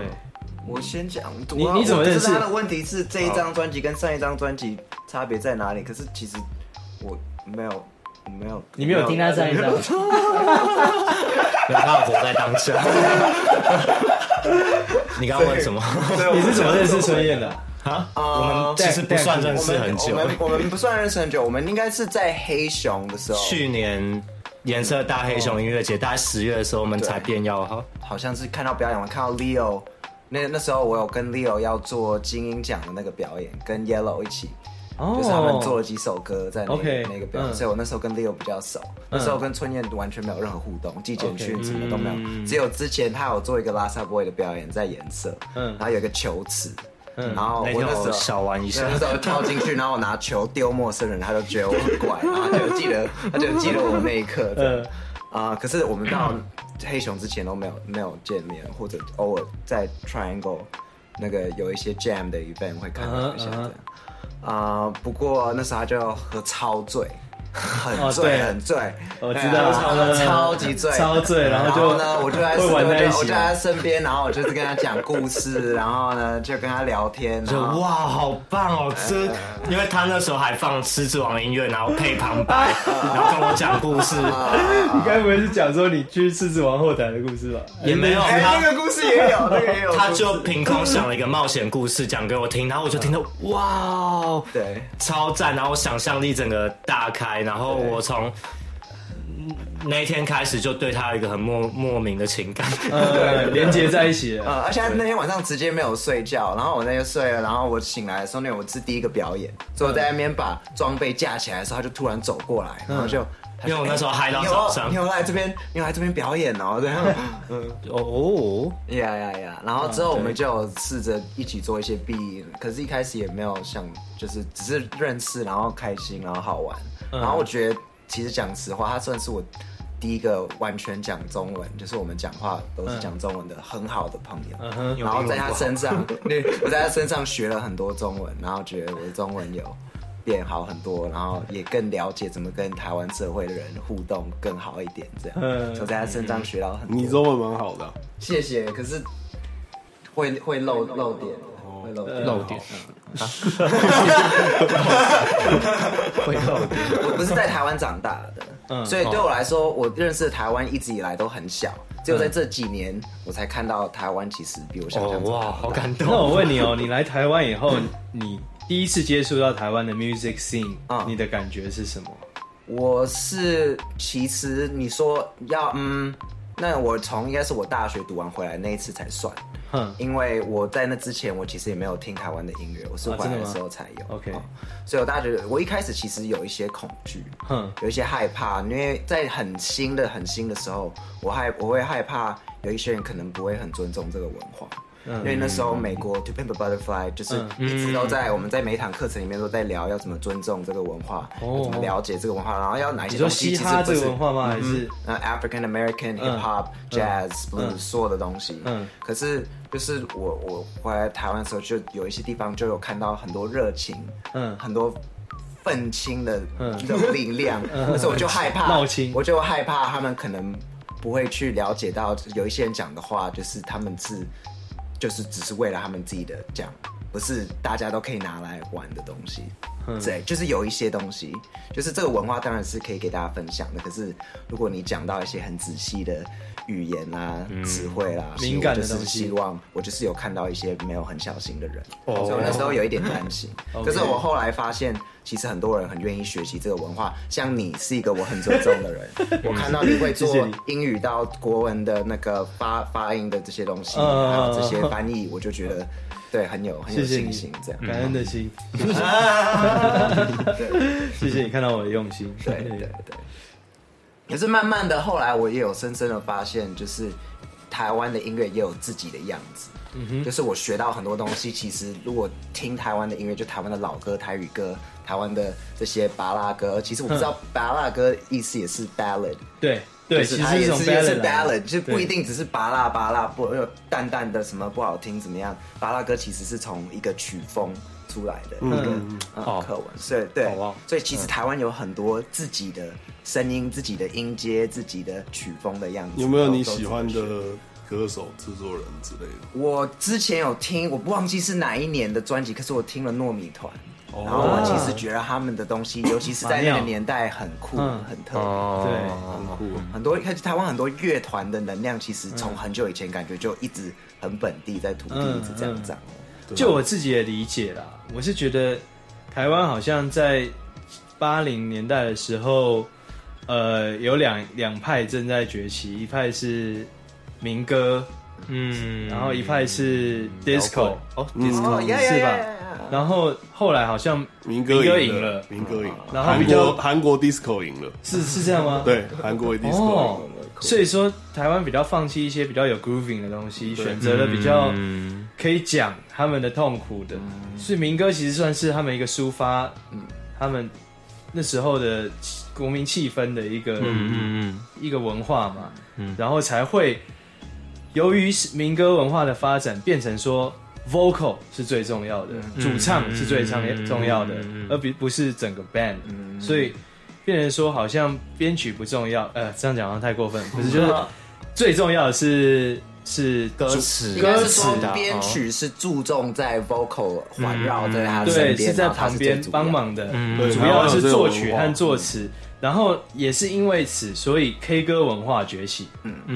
[SPEAKER 5] 我先讲，啊
[SPEAKER 2] 你
[SPEAKER 5] 我
[SPEAKER 2] 你怎么认识
[SPEAKER 5] 我知道他的问题是这一张专辑跟上一张专辑差别在哪里？可是其实我没有，我没有，
[SPEAKER 2] 你没有
[SPEAKER 6] 听他上一张，
[SPEAKER 3] 让他活在当
[SPEAKER 5] *laughs*
[SPEAKER 3] 下。你刚刚问什么？
[SPEAKER 2] 你是怎么认识孙燕的？嗯
[SPEAKER 5] 我
[SPEAKER 3] 我嗯们其实不算认识很久
[SPEAKER 5] 我，们我们不算认识很久，我们应该是在黑熊的时候，
[SPEAKER 3] 去年颜色大黑熊音乐节，大概十月的时候，我们才变要好。
[SPEAKER 5] 好像是看到表演，我看到 Leo，那那时候我有跟 Leo 要做金鹰奖的那个表演，跟 Yellow 一起。
[SPEAKER 2] 哦
[SPEAKER 5] 就是他们做了几首歌在那个
[SPEAKER 2] OK，
[SPEAKER 5] 那个表演，
[SPEAKER 2] 嗯
[SPEAKER 5] 所以我那时候跟 Leo 比较熟，那时候跟春燕完全没有任何互动，寄简讯
[SPEAKER 2] OK，
[SPEAKER 5] 什么都没有，只有之前他有做一个拉萨 boy 的表演在颜色，
[SPEAKER 2] 嗯
[SPEAKER 5] 然后有一个球池，然后
[SPEAKER 3] 那
[SPEAKER 5] 我
[SPEAKER 3] 天
[SPEAKER 5] 那时
[SPEAKER 3] 我
[SPEAKER 5] 候
[SPEAKER 3] 小玩一下
[SPEAKER 5] 对那时候跳进去，然后我拿球丢陌生人，他就觉得我很怪，然后他就记得他就记得我那一
[SPEAKER 2] *laughs*
[SPEAKER 5] 刻
[SPEAKER 2] 嗯
[SPEAKER 5] 的啊、可是我们到 *clears throat* 黑熊之前都没有没有见面，或者偶尔在 Triangle 那个有一些 jam 的 event 会看到一下这
[SPEAKER 2] 嗯哼嗯哼
[SPEAKER 5] 样。啊、不过那时候他就喝超醉，很
[SPEAKER 2] 哦
[SPEAKER 5] 醉、
[SPEAKER 2] 对
[SPEAKER 5] 很醉，
[SPEAKER 2] 我
[SPEAKER 5] 对
[SPEAKER 2] 知道
[SPEAKER 5] 啊
[SPEAKER 2] 嗯
[SPEAKER 5] 超级醉，
[SPEAKER 2] 超醉然
[SPEAKER 5] 然
[SPEAKER 2] 后就
[SPEAKER 5] 呢，我就在
[SPEAKER 2] 会玩在一
[SPEAKER 5] 我
[SPEAKER 2] 起
[SPEAKER 5] 就我就在他身边，然后我就是跟他讲故事，然后呢就跟他聊天，
[SPEAKER 3] 就
[SPEAKER 5] 然后
[SPEAKER 3] 哇，好棒哦！这，因为他那时候还放《狮子王》的音乐，然后配旁白，
[SPEAKER 5] 哎
[SPEAKER 3] 然后跟我讲故
[SPEAKER 5] *laughs*
[SPEAKER 3] 事，
[SPEAKER 5] 啊
[SPEAKER 2] *laughs* 你该不会是讲说你去狮子王后台的故事吧？
[SPEAKER 3] 也没有
[SPEAKER 5] 哎、
[SPEAKER 3] 他
[SPEAKER 5] 那个故事也有，那个也有故事，
[SPEAKER 3] 他就凭空想了一个冒险故事讲给我听，然后我就听到哇哦，
[SPEAKER 5] 对。
[SPEAKER 3] 超赞！然后我想象力整个大开，然后我从嗯那一天开始就对他有一个很莫莫名的情感。
[SPEAKER 2] 呃，连接在一
[SPEAKER 3] *laughs*
[SPEAKER 2] 起了。
[SPEAKER 3] 啊
[SPEAKER 5] 呃，而且他那天晚上直接没有睡觉，然后我那天睡了，然后我醒来的时候，那我是第一个表演，所以我在那边把装备架起来的时候，他就突然走过来，然后就，他就
[SPEAKER 3] 因为我嗯哦那时候嗨到
[SPEAKER 5] 哎
[SPEAKER 3] 早上
[SPEAKER 5] 你有你有来这边，你有来这边表演哦，这样，
[SPEAKER 3] 哦，
[SPEAKER 5] 呀呀呀！然后之后我们就试着一起做一些 B，可是一开始也没有想，就是只是认识，然后开心，然后好玩。然后我觉得，其实讲实话，他算是我第一个完全讲中文，就是我们讲话都是讲中文的很好的朋友。
[SPEAKER 2] 嗯哼
[SPEAKER 5] 然后在他身上， *laughs* 对，我在他身上学了很多中文，然后觉得我的中文有。变好很多，然后也更了解怎么跟台湾社会的人互动更好一点，这样。
[SPEAKER 2] 嗯
[SPEAKER 5] 所以在他身上学到很多。
[SPEAKER 1] 你中文蛮好的啊、
[SPEAKER 5] 谢谢，可是会会漏漏点，会漏点。嗯
[SPEAKER 3] 漏点，啊
[SPEAKER 5] 会漏点。我不是在台湾长大的，
[SPEAKER 3] 嗯
[SPEAKER 5] 所以对
[SPEAKER 3] 哦
[SPEAKER 5] 我来说，我认识的台湾一直以来都很小，
[SPEAKER 3] 嗯
[SPEAKER 5] 只有在这几年我才看到台湾其实比我想
[SPEAKER 3] 哦
[SPEAKER 5] 象中
[SPEAKER 3] 哇，好感
[SPEAKER 2] 那
[SPEAKER 3] 动！
[SPEAKER 2] 我问你哦，你来台湾以后，你第一次接触到台湾的 music scene，
[SPEAKER 3] 啊
[SPEAKER 5] 嗯
[SPEAKER 2] 你的感觉是什么？
[SPEAKER 5] 我是其实你说要嗯，那我从应该是我大学读完回来那一次才算，
[SPEAKER 2] 嗯
[SPEAKER 5] 因为我在那之前我其实也没有听台湾的音乐，我是
[SPEAKER 2] 啊
[SPEAKER 5] 回
[SPEAKER 2] 真的
[SPEAKER 5] 来
[SPEAKER 2] 吗
[SPEAKER 5] 的时候才有。哦
[SPEAKER 2] OK
[SPEAKER 5] 所以我大家觉得我一开始其实有一些恐惧，
[SPEAKER 2] 哼
[SPEAKER 5] 有一些害怕，因为在很新的很新的时候，我害我会害怕有一些人可能不会很尊重这个文化。
[SPEAKER 2] 嗯
[SPEAKER 5] 因为那时候美国《To Pimp a Butterfly》就是一直都在我们在每一堂课程里面都在聊要怎么尊重这个文化，
[SPEAKER 2] 哦
[SPEAKER 5] 要怎么了解这个文化，然后要哪一
[SPEAKER 2] 你
[SPEAKER 5] 些
[SPEAKER 2] 说
[SPEAKER 5] 东
[SPEAKER 2] 嘻
[SPEAKER 5] 西其实
[SPEAKER 2] 哈
[SPEAKER 5] 不
[SPEAKER 2] 这
[SPEAKER 5] 是
[SPEAKER 2] 个文化吗？还是
[SPEAKER 5] 呃 African American
[SPEAKER 2] 嗯
[SPEAKER 5] hip hop、jazz、blues 所有的东西。
[SPEAKER 2] 嗯
[SPEAKER 5] 嗯，可是就是我我回来台湾的时候，就有一些地方就有看到很多热情，
[SPEAKER 2] 嗯
[SPEAKER 5] 嗯，很多愤青的这种力量，可是我就害怕，
[SPEAKER 2] 嗯闹青
[SPEAKER 5] 我就害怕他们可能不会去了解到，有一些人讲的话，就是他们是就是只是为了他们自己的讲，不是大家都可以拿来玩的东西。
[SPEAKER 2] 嗯
[SPEAKER 5] 对，就是有一些东西，就是这个文化当然是可以给大家分享的。可是如果你讲到一些很仔细的语言啦、词汇啦，其
[SPEAKER 2] 嗯
[SPEAKER 5] 实
[SPEAKER 2] 敏感的
[SPEAKER 5] 我就是
[SPEAKER 2] 东西哦
[SPEAKER 5] 希望我就是有看到一些没有很小心的人，所以我那时候有一点担心。
[SPEAKER 2] *laughs* OK
[SPEAKER 5] 可是我后来发现，其实很多人很愿意学习这个文化。像你是一个我很尊重的人，
[SPEAKER 2] *laughs*
[SPEAKER 5] 我看到你会做
[SPEAKER 2] 谢谢你
[SPEAKER 5] 英语到国文的那个发发音的这些东西，
[SPEAKER 2] 嗯
[SPEAKER 5] 还有这些翻译，我就觉得对很有很有
[SPEAKER 2] 谢谢你
[SPEAKER 5] 信心这样。
[SPEAKER 2] 感恩的心，
[SPEAKER 3] 嗯
[SPEAKER 2] *laughs* 谢谢你看到我的用
[SPEAKER 3] *laughs*
[SPEAKER 2] 心。
[SPEAKER 5] 对对对。可是慢慢的，后来我也有深深的发现，就是台湾的音乐也有自己的样子。
[SPEAKER 2] 嗯
[SPEAKER 5] 就是我学到很多东西，其实如果听台湾的音乐，就台湾的老歌、台语歌、台湾的这些巴拉歌，其实我不知道巴拉歌意思也是 ballad，
[SPEAKER 2] 对对，
[SPEAKER 5] 就
[SPEAKER 2] 其
[SPEAKER 5] 是
[SPEAKER 2] 实
[SPEAKER 5] 它也
[SPEAKER 2] 一种
[SPEAKER 5] 是也是
[SPEAKER 2] ballad，啊
[SPEAKER 5] ballad，就是不一定只是拔拉拔拉不呃淡淡的什么不好听怎么样，拔拉歌其实是从一个曲风出来的一个呃课文，所以对
[SPEAKER 3] 好啊，
[SPEAKER 5] 所以其实台湾有很多自己的声音、自己的音阶、自己的曲风的样子。
[SPEAKER 1] 有没有
[SPEAKER 5] 都
[SPEAKER 1] 你
[SPEAKER 5] 都
[SPEAKER 1] 喜
[SPEAKER 5] 值得
[SPEAKER 1] 欢
[SPEAKER 5] 学
[SPEAKER 1] 的歌手、制作人之类的？
[SPEAKER 5] 我之前有听，我不忘记是哪一年的专辑，可是我听了糯米团。然后我其实觉得他们的东西，尤其是在那个年代，很酷、
[SPEAKER 2] 嗯
[SPEAKER 5] 很特别。
[SPEAKER 3] 哦，
[SPEAKER 1] 很酷啊，
[SPEAKER 5] 很多看台湾很多乐团的能量，其实从很久以前感觉就一直很本地，在土地
[SPEAKER 2] 嗯
[SPEAKER 5] 一直这样长。
[SPEAKER 3] 嗯
[SPEAKER 1] 啊
[SPEAKER 2] 就我自己的理解啦，我是觉得台湾好像在八零年代的时候，呃，有两两派正在崛起，一派是民歌，
[SPEAKER 3] 嗯，
[SPEAKER 2] 然后一派是
[SPEAKER 5] 嗯
[SPEAKER 2] disco，、
[SPEAKER 3] 摇滚哦，disco，
[SPEAKER 1] 嗯
[SPEAKER 5] 呀
[SPEAKER 2] 是吧
[SPEAKER 5] 呀呀呀
[SPEAKER 2] 然后后来好像
[SPEAKER 1] 民歌赢
[SPEAKER 2] 赢了，
[SPEAKER 1] 民歌赢了，
[SPEAKER 3] 嗯
[SPEAKER 2] 然后
[SPEAKER 1] 韩
[SPEAKER 2] 比较
[SPEAKER 1] 国韩国 disco 赢了，
[SPEAKER 2] 是是这样
[SPEAKER 5] *laughs*
[SPEAKER 2] 吗？。
[SPEAKER 1] 对，韩国 disco
[SPEAKER 2] 哦
[SPEAKER 1] 赢了，，
[SPEAKER 2] 所以说台湾比较放弃一些比较有 grooving 的东西，选择了比较
[SPEAKER 3] 嗯
[SPEAKER 5] 嗯
[SPEAKER 2] 可以讲他们的痛苦的，所以民歌其实算是他们一个抒发，
[SPEAKER 3] 嗯
[SPEAKER 2] 他们那时候的气国民气氛的一个
[SPEAKER 3] 嗯
[SPEAKER 2] 一个文化嘛，然后才会由于民歌文化的发展，变成说 vocal 是最重要的，
[SPEAKER 3] 嗯
[SPEAKER 2] 主唱是最重重要的，而不不是整个 band，、所
[SPEAKER 3] 嗯
[SPEAKER 2] 以变成说好像编曲不重要，呃，这样讲好像太过
[SPEAKER 3] *laughs*
[SPEAKER 2] 分，不是就是最重要的是是歌
[SPEAKER 3] 歌词啊
[SPEAKER 5] 应该
[SPEAKER 2] 歌
[SPEAKER 5] 是
[SPEAKER 2] 词哦
[SPEAKER 5] 说
[SPEAKER 3] 的
[SPEAKER 5] 编曲啊是注重在 vocal 环绕在他身
[SPEAKER 2] 对，
[SPEAKER 5] 边，
[SPEAKER 2] 是在
[SPEAKER 5] 然后他
[SPEAKER 2] 旁
[SPEAKER 5] 是
[SPEAKER 2] 边
[SPEAKER 5] 最主要
[SPEAKER 2] 帮。忙的，
[SPEAKER 1] 对
[SPEAKER 2] 主要是作曲和作词。然后也是因为此，所以 K 歌文化崛起，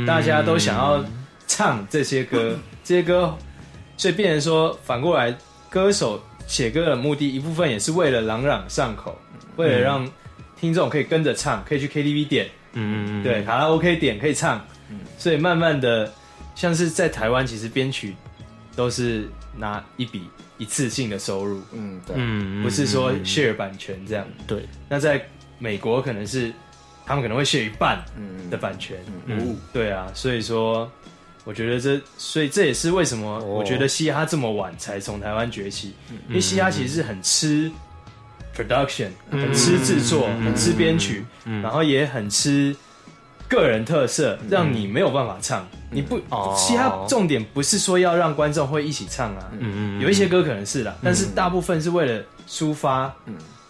[SPEAKER 2] 大家都想要唱这些歌，这些歌，所以变成说反过来，歌手写歌的目的一部分也是为了朗朗上口，为了让听众可以跟着唱，可以去 KTV 点，
[SPEAKER 3] 嗯嗯，
[SPEAKER 2] 对，卡拉 OK 点可以唱，所以慢慢的，像是在台湾，其实编曲都是拿一笔一次性的收入，
[SPEAKER 5] 嗯，对，
[SPEAKER 3] 嗯，
[SPEAKER 2] 不是说 share 版权这样。
[SPEAKER 3] 对，
[SPEAKER 2] 那在美国可能是他们可能会 share 一半
[SPEAKER 3] 嗯
[SPEAKER 2] 的版权，
[SPEAKER 1] 嗯
[SPEAKER 2] 对啊，所以说我觉得这，所以这也是为什
[SPEAKER 3] 哦
[SPEAKER 2] 么我觉得嘻哈这么晚才从台湾崛起，
[SPEAKER 3] 嗯
[SPEAKER 2] 因为嘻哈其实是很吃 production，很
[SPEAKER 3] 嗯
[SPEAKER 2] 吃制作，很吃编曲，然后也很吃。个人特色让你没有办法唱，你不
[SPEAKER 3] 哦
[SPEAKER 2] 嘻哈重点不是说要让观众会一起唱啊，
[SPEAKER 3] 嗯
[SPEAKER 2] 有一些歌可能是啦，但是大部分是为了抒发，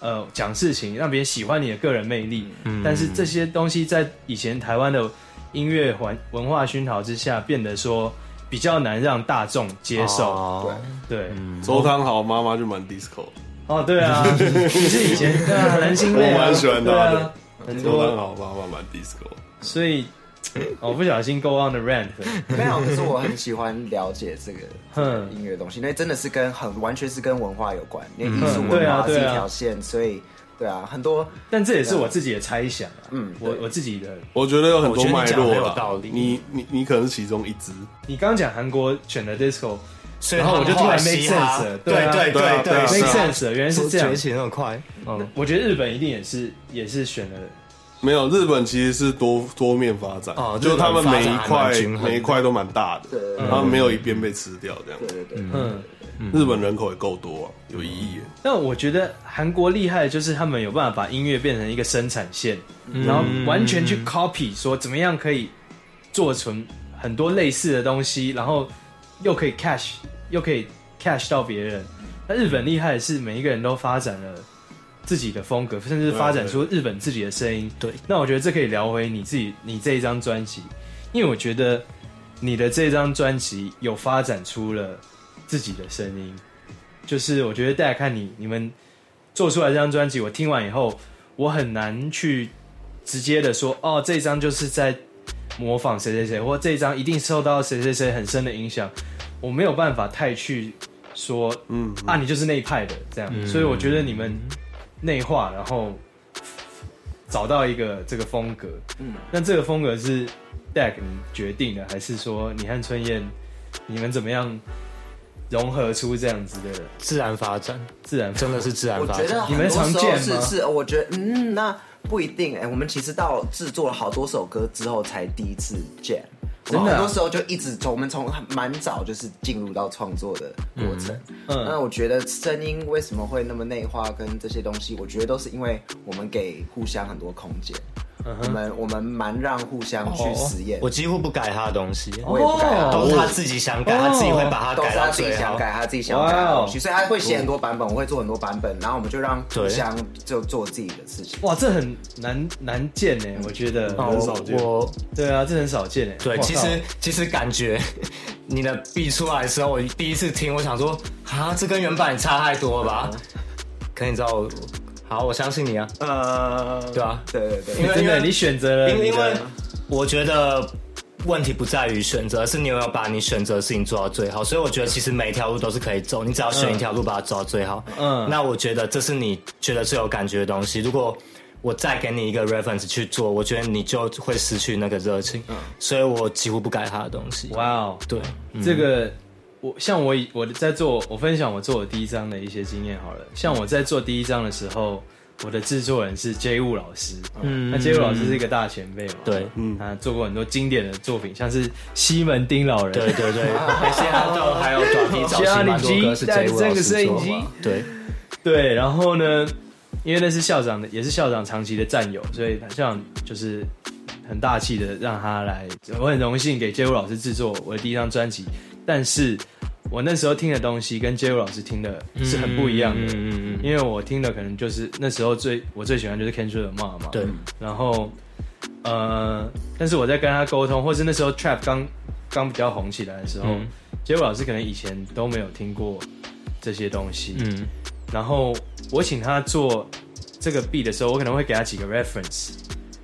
[SPEAKER 2] 呃，讲事情，让别人喜欢你的个人魅力。但是这些东西在以前台湾的音乐环文化熏陶之下，变得说比较难让大众接受。
[SPEAKER 3] 哦
[SPEAKER 2] 对，
[SPEAKER 1] 周汤豪妈妈就蛮 disco，
[SPEAKER 2] 哦，对啊，你是以前对啊，男星类啊，
[SPEAKER 1] 我蛮喜欢他
[SPEAKER 2] 对
[SPEAKER 1] 的
[SPEAKER 2] 啊，很
[SPEAKER 1] 周汤
[SPEAKER 2] 多，
[SPEAKER 1] 豪妈妈蛮 disco，
[SPEAKER 2] 所以我不小心 go on the rant，
[SPEAKER 5] 没有，可是我很喜欢了解这个这个
[SPEAKER 2] 嗯
[SPEAKER 5] 音乐东西，因为真的是跟很完全是跟文化有关，因为艺术
[SPEAKER 2] 对
[SPEAKER 5] 文
[SPEAKER 2] 啊
[SPEAKER 5] 化是一
[SPEAKER 2] 对啊
[SPEAKER 5] 条线，所以对啊，很多
[SPEAKER 2] 但这也是我自己的猜想啊，嗯，我我自己的。
[SPEAKER 1] 我觉得有很
[SPEAKER 3] 我
[SPEAKER 1] 多
[SPEAKER 3] 觉得
[SPEAKER 1] 脉
[SPEAKER 3] 你讲得
[SPEAKER 1] 络
[SPEAKER 3] 很有
[SPEAKER 1] 啦
[SPEAKER 3] 道理
[SPEAKER 1] 你你你可能是其中一支，
[SPEAKER 2] 你刚刚讲韩国选的 disco，
[SPEAKER 3] 所以
[SPEAKER 2] 然后我就突然 make sense，
[SPEAKER 3] 他们后来嘻哈
[SPEAKER 2] 了
[SPEAKER 3] 对
[SPEAKER 2] 啊
[SPEAKER 3] 对哦
[SPEAKER 1] 对啊
[SPEAKER 3] 对
[SPEAKER 1] 对啊
[SPEAKER 2] ，make
[SPEAKER 1] 是啊
[SPEAKER 2] sense，了原来是这样
[SPEAKER 3] 崛。起那么快，
[SPEAKER 2] 嗯，我觉得日本一定也是也是选了，
[SPEAKER 1] 没有日本其实是多多面发展，
[SPEAKER 3] 哦
[SPEAKER 1] 就他们每
[SPEAKER 3] 日
[SPEAKER 1] 一
[SPEAKER 3] 本发展还蛮
[SPEAKER 1] 块
[SPEAKER 3] 均衡的
[SPEAKER 1] 每一块都蛮大的，他们没有一边被吃掉这样。
[SPEAKER 5] 对对对，
[SPEAKER 2] 嗯。
[SPEAKER 1] 日本人口也够多啊，有一亿耶。
[SPEAKER 2] 但我觉得韩国厉害的就是他们有办法把音乐变成一个生产线，然后完全去 copy，说怎么样可以做成很多类似的东西，然后又可以 cash，又可以 cash 到别人。那日本厉害的是每一个人都发展了自己的风格，甚至发展出日本自己的声音。
[SPEAKER 3] 对
[SPEAKER 2] 那我觉得这可以聊回你自己你这一张专辑，因为我觉得你的这张专辑有发展出了自己的声音，就是我觉得大家看你你们做出来这张专辑，我听完以后，我很难去直接的说哦，这张就是在模仿谁谁谁，或这张一定受到谁谁谁很深的影响，我没有办法太去说，嗯啊，你就是那一派的这
[SPEAKER 3] 嗯
[SPEAKER 2] 样，所以我觉得你们内化，然后找到一个这个风格，嗯，那这个风格是 Deck 你决定的，还是说你和春燕你们怎么样融合出这样子的
[SPEAKER 3] 自然发展，
[SPEAKER 2] 自然风
[SPEAKER 3] 真的是自然
[SPEAKER 5] 我
[SPEAKER 3] 发
[SPEAKER 5] 觉
[SPEAKER 3] 展
[SPEAKER 5] 得。
[SPEAKER 2] 你
[SPEAKER 5] 很
[SPEAKER 2] 们
[SPEAKER 5] 多时
[SPEAKER 2] 常见
[SPEAKER 5] 候
[SPEAKER 2] 吗
[SPEAKER 5] 是是，我觉得嗯，那不一定哎、我们其实到制作了好多首歌之后，才第一次见。
[SPEAKER 2] 真的啊
[SPEAKER 5] 很多时候就一直从我们从蛮早就是进入到创作的过程。
[SPEAKER 2] 嗯
[SPEAKER 5] 那我觉得声音为什么会那么内化，跟这些东西，我觉得都是因为我们给互相很多空间。
[SPEAKER 2] 嗯
[SPEAKER 5] 我们我们蛮让互相
[SPEAKER 2] 哦
[SPEAKER 5] 去实验，
[SPEAKER 3] 我几乎不改他的东西，
[SPEAKER 5] 我也不改啊，
[SPEAKER 3] 都是他自己想改，他自己会把它
[SPEAKER 5] 都
[SPEAKER 3] 改
[SPEAKER 5] 是
[SPEAKER 3] 到
[SPEAKER 5] 他自己
[SPEAKER 3] 最
[SPEAKER 5] 想
[SPEAKER 3] 好。
[SPEAKER 5] 改，他自己想改的
[SPEAKER 2] 哇哦
[SPEAKER 5] 东西，所以他会写很多版本，我会做很多版本，然后我们就让互
[SPEAKER 3] 对
[SPEAKER 5] 相就做自己的事情。
[SPEAKER 2] 哇，这很难难见呢，我觉得。
[SPEAKER 3] 哦
[SPEAKER 1] 很少见
[SPEAKER 3] 我
[SPEAKER 2] 对啊，这很少见哎。
[SPEAKER 3] 对，
[SPEAKER 2] 哇
[SPEAKER 3] 其
[SPEAKER 2] 靠
[SPEAKER 3] 实其实感觉你的 B 出来的时候，我第一次听，我想说啊，这跟原版也差太多了
[SPEAKER 5] 嗯
[SPEAKER 3] 吧？可你知道我，好，我相信你啊，
[SPEAKER 5] 呃，
[SPEAKER 3] 对啊，
[SPEAKER 5] 对对对，
[SPEAKER 3] 因为
[SPEAKER 2] 真
[SPEAKER 3] 因
[SPEAKER 2] 的
[SPEAKER 3] 为
[SPEAKER 2] 你选择了
[SPEAKER 3] 因为
[SPEAKER 2] 你
[SPEAKER 3] 因为
[SPEAKER 2] 的，
[SPEAKER 3] 我觉得问题不在于选择，是你有没有把你选择的事情做到最好。所以我觉得其实每一条路都是可以走，你只要选一条路把它走到最好。
[SPEAKER 2] 嗯
[SPEAKER 3] 嗯，那我觉得这是你觉得最有感觉的东西。如果我再给你一个 reference 去做，我觉得你就会失去那个热情。所以我几乎不改他的东西。
[SPEAKER 2] 哇哦，
[SPEAKER 3] 对，嗯
[SPEAKER 2] 这个我像我以我在做，我分享我做我第一章的一些经验好了。像我在做第一章的时候，我的制作人是 J Wu 老师，嗯，那 J Wu 老师是一个大前辈嘛，
[SPEAKER 3] 对
[SPEAKER 2] 嗯，他做过很多经典的作品，像是《西门町老人》，
[SPEAKER 3] 对对对，而且他到 *laughs* 还有短笛早期
[SPEAKER 2] 家里
[SPEAKER 3] 蛮多歌是
[SPEAKER 2] 机带
[SPEAKER 3] J
[SPEAKER 2] 着
[SPEAKER 3] Wu 老
[SPEAKER 2] 个摄
[SPEAKER 3] 师
[SPEAKER 2] 影
[SPEAKER 3] 做
[SPEAKER 2] 机
[SPEAKER 3] 嘛，对。 *laughs*
[SPEAKER 2] 对，然后呢，因为那是校长的，也是校长长期的战友，所以校长就是很大气的让他来。我很荣幸给街舞老师制作我的第一张专辑，但是我那时候听的东西跟街舞老师听的是很不一样的，
[SPEAKER 3] 嗯嗯嗯
[SPEAKER 2] 因为我听的可能就是那时候最我最喜欢就是 Kendrick Lamar 嘛，
[SPEAKER 3] 对，
[SPEAKER 2] 然后呃，但是我在跟他沟通，或是那时候 Trap 刚刚比较红起来的时候，
[SPEAKER 3] 嗯
[SPEAKER 2] 街舞老师可能以前都没有听过这些东西，
[SPEAKER 3] 嗯
[SPEAKER 2] 然后我请他做这个 B 的时候，我可能会给他几个 reference，、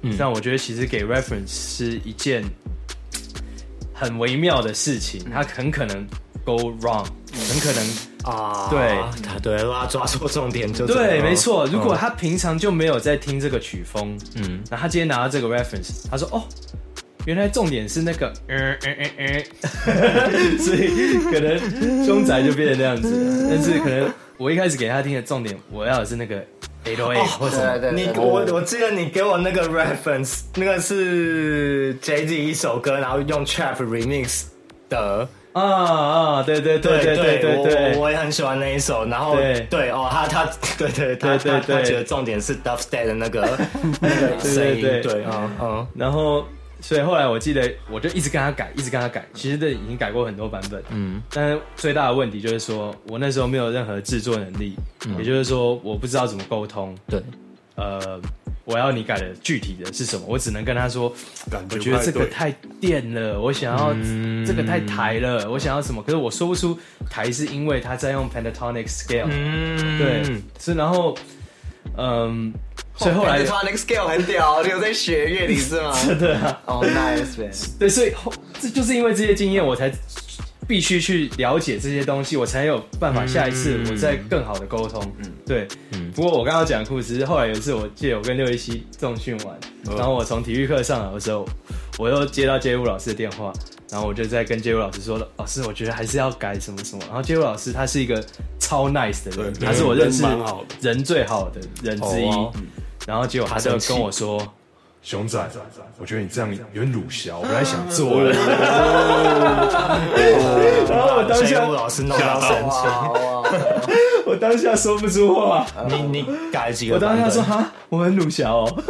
[SPEAKER 3] 嗯
[SPEAKER 2] 但我觉得其实给 reference 是一件很微妙的事情，他很可能 go wrong，很可能
[SPEAKER 3] 啊，
[SPEAKER 2] 对
[SPEAKER 3] 他对，如果他抓错重点就真的
[SPEAKER 2] 对，没错。
[SPEAKER 3] 嗯
[SPEAKER 2] 如果他平常就没有在听这个曲风，嗯
[SPEAKER 3] 嗯，
[SPEAKER 2] 然后他今天拿到这个 reference，他说哦。原来重点是那个，嗯嗯嗯
[SPEAKER 3] *laughs*
[SPEAKER 2] 嗯，所以可能凶宅就变成那样子了。但是可能我一开始给他听的重点，我要的是那个 oh A
[SPEAKER 9] 哎
[SPEAKER 2] O A
[SPEAKER 3] 哦
[SPEAKER 2] 或者
[SPEAKER 5] 对对
[SPEAKER 3] 你
[SPEAKER 5] 对对，
[SPEAKER 3] 我我记得你给我那个 reference，那个是 J D 一首歌，然后用 trap remix 的，
[SPEAKER 2] 啊啊，对对对对对对
[SPEAKER 3] 我我
[SPEAKER 2] 对，
[SPEAKER 3] 我也很喜欢那一首，然后
[SPEAKER 2] 对
[SPEAKER 3] 对哦，他他对
[SPEAKER 2] 对
[SPEAKER 3] 对他
[SPEAKER 2] 对
[SPEAKER 3] 他
[SPEAKER 2] 对
[SPEAKER 3] 他觉得重点是 dubstep 的那
[SPEAKER 2] *laughs*
[SPEAKER 3] 个那个声
[SPEAKER 2] 对
[SPEAKER 3] 音，
[SPEAKER 2] 对对
[SPEAKER 3] 对，嗯嗯
[SPEAKER 2] 然后所以后来我记得我就一直跟他改，一直跟他改，其实这已经改过很多版本，嗯，但是最大的问题就是说我那时候没有任何制作能力，也就是说我不知道怎么沟通，
[SPEAKER 3] 对，
[SPEAKER 2] 呃，我要你改的具体的是什么，我只能跟他说，
[SPEAKER 1] 感觉不
[SPEAKER 2] 我觉得
[SPEAKER 1] 太
[SPEAKER 2] 这个
[SPEAKER 1] 对
[SPEAKER 2] 太电了，我想要这个太台了，我想要什么，可是我说不出台，是因为他在用 pentatonic scale，
[SPEAKER 3] 嗯
[SPEAKER 2] 对，是然后，嗯，所以后来。
[SPEAKER 5] 他那个 scale 很屌，你有在学乐理是吗？真的啊，哦，nice man，
[SPEAKER 2] 对，所以后这就是因为这些经验，我才必须去了解这些东西，我才有办法下一次我再更好的沟通。对，不过我刚刚讲的故事是后来有一次，我记得我跟六一七重训完，然后我从体育课上来的时候，我又接到街舞老师的电话，然后我就在跟街舞老师说了，老师，我觉得还是要改什么什么。然后街舞老师他是一个超 nice 的人，
[SPEAKER 1] 对
[SPEAKER 2] 他是我认识
[SPEAKER 1] 人蛮好的
[SPEAKER 2] 人最好啊的人之一。
[SPEAKER 3] 哦
[SPEAKER 2] 然后结果他就跟我说。
[SPEAKER 9] 熊仔，我觉得你这样有点鲁小，我不太想做了。
[SPEAKER 2] 哦然后我当
[SPEAKER 3] 所以
[SPEAKER 2] 下
[SPEAKER 3] 吴老师弄到生气，
[SPEAKER 2] 我当下说不出话，
[SPEAKER 3] 你你改了几
[SPEAKER 2] 我
[SPEAKER 3] 个版
[SPEAKER 2] 当
[SPEAKER 3] 本？
[SPEAKER 2] 下说哈，我很鲁小哦，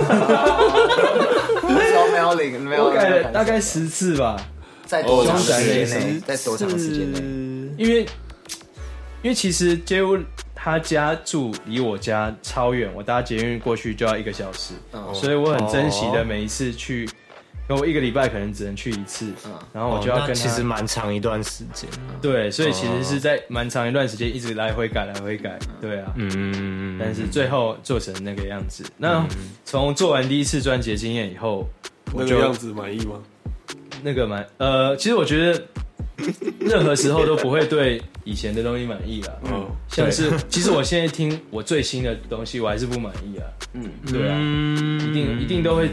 [SPEAKER 5] 候没有领，没有
[SPEAKER 1] 哦
[SPEAKER 2] 我改
[SPEAKER 5] 没有
[SPEAKER 2] 了 *laughs*
[SPEAKER 5] 感
[SPEAKER 2] 大
[SPEAKER 5] 觉
[SPEAKER 2] 概十次吧，
[SPEAKER 5] 在多长
[SPEAKER 2] 凶宅
[SPEAKER 5] 时
[SPEAKER 2] 类
[SPEAKER 5] 间内，在多长时间内？
[SPEAKER 2] 因为因为其实街屋他家住离我家超远，我搭捷运过去就要一个小时，
[SPEAKER 1] 嗯
[SPEAKER 2] 所以我很珍惜
[SPEAKER 1] 哦
[SPEAKER 2] 的每一次去，因为我一个礼拜可能只能去一次，
[SPEAKER 1] 嗯
[SPEAKER 2] 然后我就要
[SPEAKER 3] 哦
[SPEAKER 2] 跟
[SPEAKER 3] 那其
[SPEAKER 2] 他
[SPEAKER 3] 实蛮哦长一段时间。
[SPEAKER 2] 对，所以其实是在蛮长一段时间一直来回改来回改，对啊，
[SPEAKER 3] 嗯，
[SPEAKER 2] 但是最后做成那个样子。那从做完第一次专辑的经验以后，我
[SPEAKER 1] 那
[SPEAKER 2] 就
[SPEAKER 1] 个样子满意吗？
[SPEAKER 2] 那个蛮呃，其实我觉得任何时候都不会对以前的东西满意了。嗯，像是其实我现在听我最新的东西，我还是不满意啊。嗯，对啊，一定一定都会，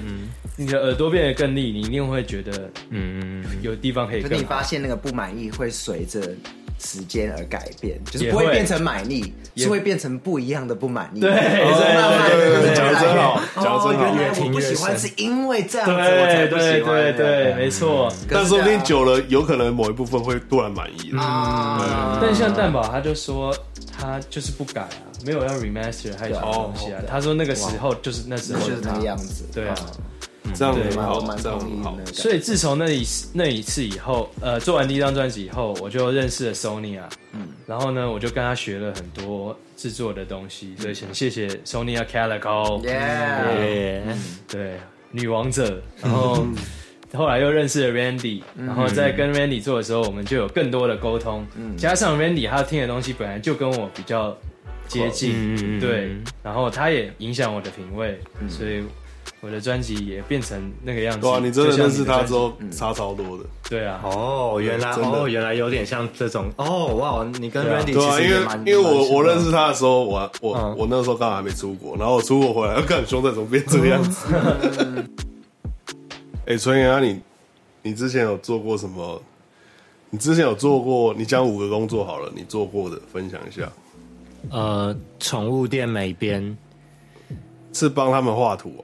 [SPEAKER 2] 你的耳朵变得更利，你一定会觉得
[SPEAKER 3] 嗯，
[SPEAKER 2] 有地方可以
[SPEAKER 5] 就是
[SPEAKER 2] 更
[SPEAKER 5] 你
[SPEAKER 2] 好。
[SPEAKER 5] 发现那个不满意会随着时间而改变，就是
[SPEAKER 2] 也
[SPEAKER 5] 不会
[SPEAKER 2] 会
[SPEAKER 5] 变成满意，
[SPEAKER 2] 也
[SPEAKER 5] 是会变成不一样的不满意。
[SPEAKER 2] 对
[SPEAKER 5] 然后
[SPEAKER 2] 对
[SPEAKER 5] 慢慢地
[SPEAKER 1] 对对对
[SPEAKER 5] 就是
[SPEAKER 1] 讲得真好
[SPEAKER 5] 哦
[SPEAKER 1] 讲得真好
[SPEAKER 5] 原来我不喜欢是因为这样子，我才
[SPEAKER 2] 对
[SPEAKER 5] 不喜
[SPEAKER 2] 对
[SPEAKER 5] 欢嗯
[SPEAKER 2] 对
[SPEAKER 5] 这样。
[SPEAKER 2] 对，没错。
[SPEAKER 1] 但说不定久了，有可能某一部分会突然满意的。
[SPEAKER 5] 啊，
[SPEAKER 2] 但像蛋宝，他就说他就是不改啊，没有要 remaster 还有什么东西啊。他说那个时候就是那时候
[SPEAKER 5] 就是
[SPEAKER 2] 的
[SPEAKER 5] 哦那
[SPEAKER 2] 他
[SPEAKER 5] 个，样子。嗯
[SPEAKER 2] 对啊。
[SPEAKER 1] 这样很
[SPEAKER 5] 蛮
[SPEAKER 1] 好
[SPEAKER 5] 我，蛮
[SPEAKER 1] 这样
[SPEAKER 5] 同
[SPEAKER 1] 很
[SPEAKER 5] 意
[SPEAKER 1] 好
[SPEAKER 5] 那。个。
[SPEAKER 2] 所以自从那一次那一次以后，呃，做完第一张专辑以后，我就认识了 Sonya，嗯，然后呢，我就跟他学了很多制作的东西，所以很谢谢 Sonya Calico，、
[SPEAKER 5] Yeah，嗯
[SPEAKER 3] 对，
[SPEAKER 2] 对，女王者，然后后来又认识了 Randy，然
[SPEAKER 5] 嗯
[SPEAKER 2] 后在跟 Randy 做的时候，我们就有更多的沟通，
[SPEAKER 5] 嗯
[SPEAKER 2] 加上 Randy 他听的东西本来就跟我比较接近，
[SPEAKER 3] 嗯
[SPEAKER 2] 对，然后他也影响我的品味，所以我的专辑也变成那个样子。
[SPEAKER 1] 嗯哇，啊你真的
[SPEAKER 2] 就像
[SPEAKER 1] 认识
[SPEAKER 2] 你的
[SPEAKER 1] 他
[SPEAKER 2] 专
[SPEAKER 1] 之
[SPEAKER 2] 辑，
[SPEAKER 1] 后差超多的，
[SPEAKER 2] 对啊，
[SPEAKER 3] 哦，原来
[SPEAKER 1] 真的
[SPEAKER 3] 哦，原来有点像这种哦，哇，你跟
[SPEAKER 2] 对啊
[SPEAKER 3] Randy
[SPEAKER 1] 对啊，
[SPEAKER 3] 其
[SPEAKER 1] 因
[SPEAKER 3] 实也
[SPEAKER 1] 为
[SPEAKER 3] 蛮
[SPEAKER 1] 因为我我认识他的时候，我我
[SPEAKER 3] 嗯
[SPEAKER 1] 我那时候刚好还没出国，然后我出国回来，看兄弟怎么变这个样子。
[SPEAKER 3] *laughs*
[SPEAKER 1] 哎，春妍啊，你你之前有做过什么？你之前有做过？你讲五个工作好了，你做过的分享一下，
[SPEAKER 3] 呃，宠物店美编
[SPEAKER 1] 是帮他们画图哦。
[SPEAKER 3] *laughs*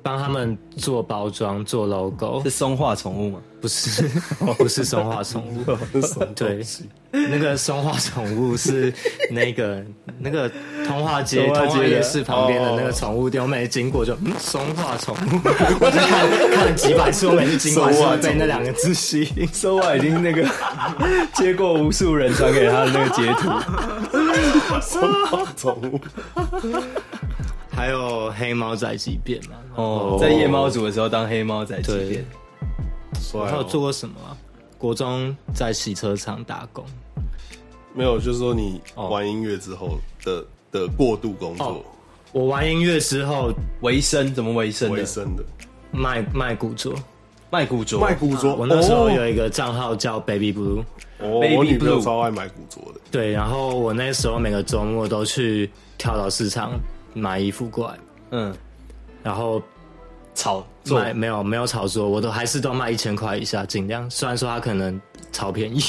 [SPEAKER 3] 帮他们做包装、做 logo，
[SPEAKER 2] 是松化宠物吗？
[SPEAKER 3] 不是 *laughs* 不是松化
[SPEAKER 2] *laughs*
[SPEAKER 3] 宠物，对，那个松化宠物是那个 *laughs* 那个通化街
[SPEAKER 2] 通化街的
[SPEAKER 3] 通
[SPEAKER 2] 哦
[SPEAKER 3] 化夜市旁边的那个宠物店，我每次经过就嗯松化宠
[SPEAKER 2] *laughs*
[SPEAKER 3] 物，我就看看了几百次，我每次经过还是会被那两个字吸引。
[SPEAKER 2] 收啊，已经那个接过无数人传给他的那个截图，
[SPEAKER 3] 还有黑猫宅急便嘛，
[SPEAKER 2] 哦，在夜猫组的时候当黑猫仔几
[SPEAKER 3] 对
[SPEAKER 2] 遍，
[SPEAKER 1] 帅
[SPEAKER 3] 还有
[SPEAKER 1] 哦
[SPEAKER 3] 做过什么啊、国中在洗车场打工。
[SPEAKER 1] 没有？就是说你
[SPEAKER 3] 哦
[SPEAKER 1] 玩音乐之后的的过渡工作
[SPEAKER 3] 哦，我玩音乐之后
[SPEAKER 2] 维生怎么维
[SPEAKER 3] 哦
[SPEAKER 2] 生
[SPEAKER 1] 为
[SPEAKER 2] 的？
[SPEAKER 1] 生的
[SPEAKER 3] 卖卖古着，哦
[SPEAKER 2] 卖古着，
[SPEAKER 1] 卖古着。
[SPEAKER 3] 我那时候有一个账号叫 Baby Blue，
[SPEAKER 1] 哦，
[SPEAKER 2] Baby
[SPEAKER 1] 我女朋友
[SPEAKER 2] Blue
[SPEAKER 1] 超爱买古着的。
[SPEAKER 3] 对，然后我那时候每个周末都去跳蚤市场买衣服过来，
[SPEAKER 2] 嗯，
[SPEAKER 3] 然后
[SPEAKER 2] 炒作
[SPEAKER 3] 卖没有没有炒作，我都还是都卖一千块以下，尽量。虽然说它可能超便 *laughs* 宜，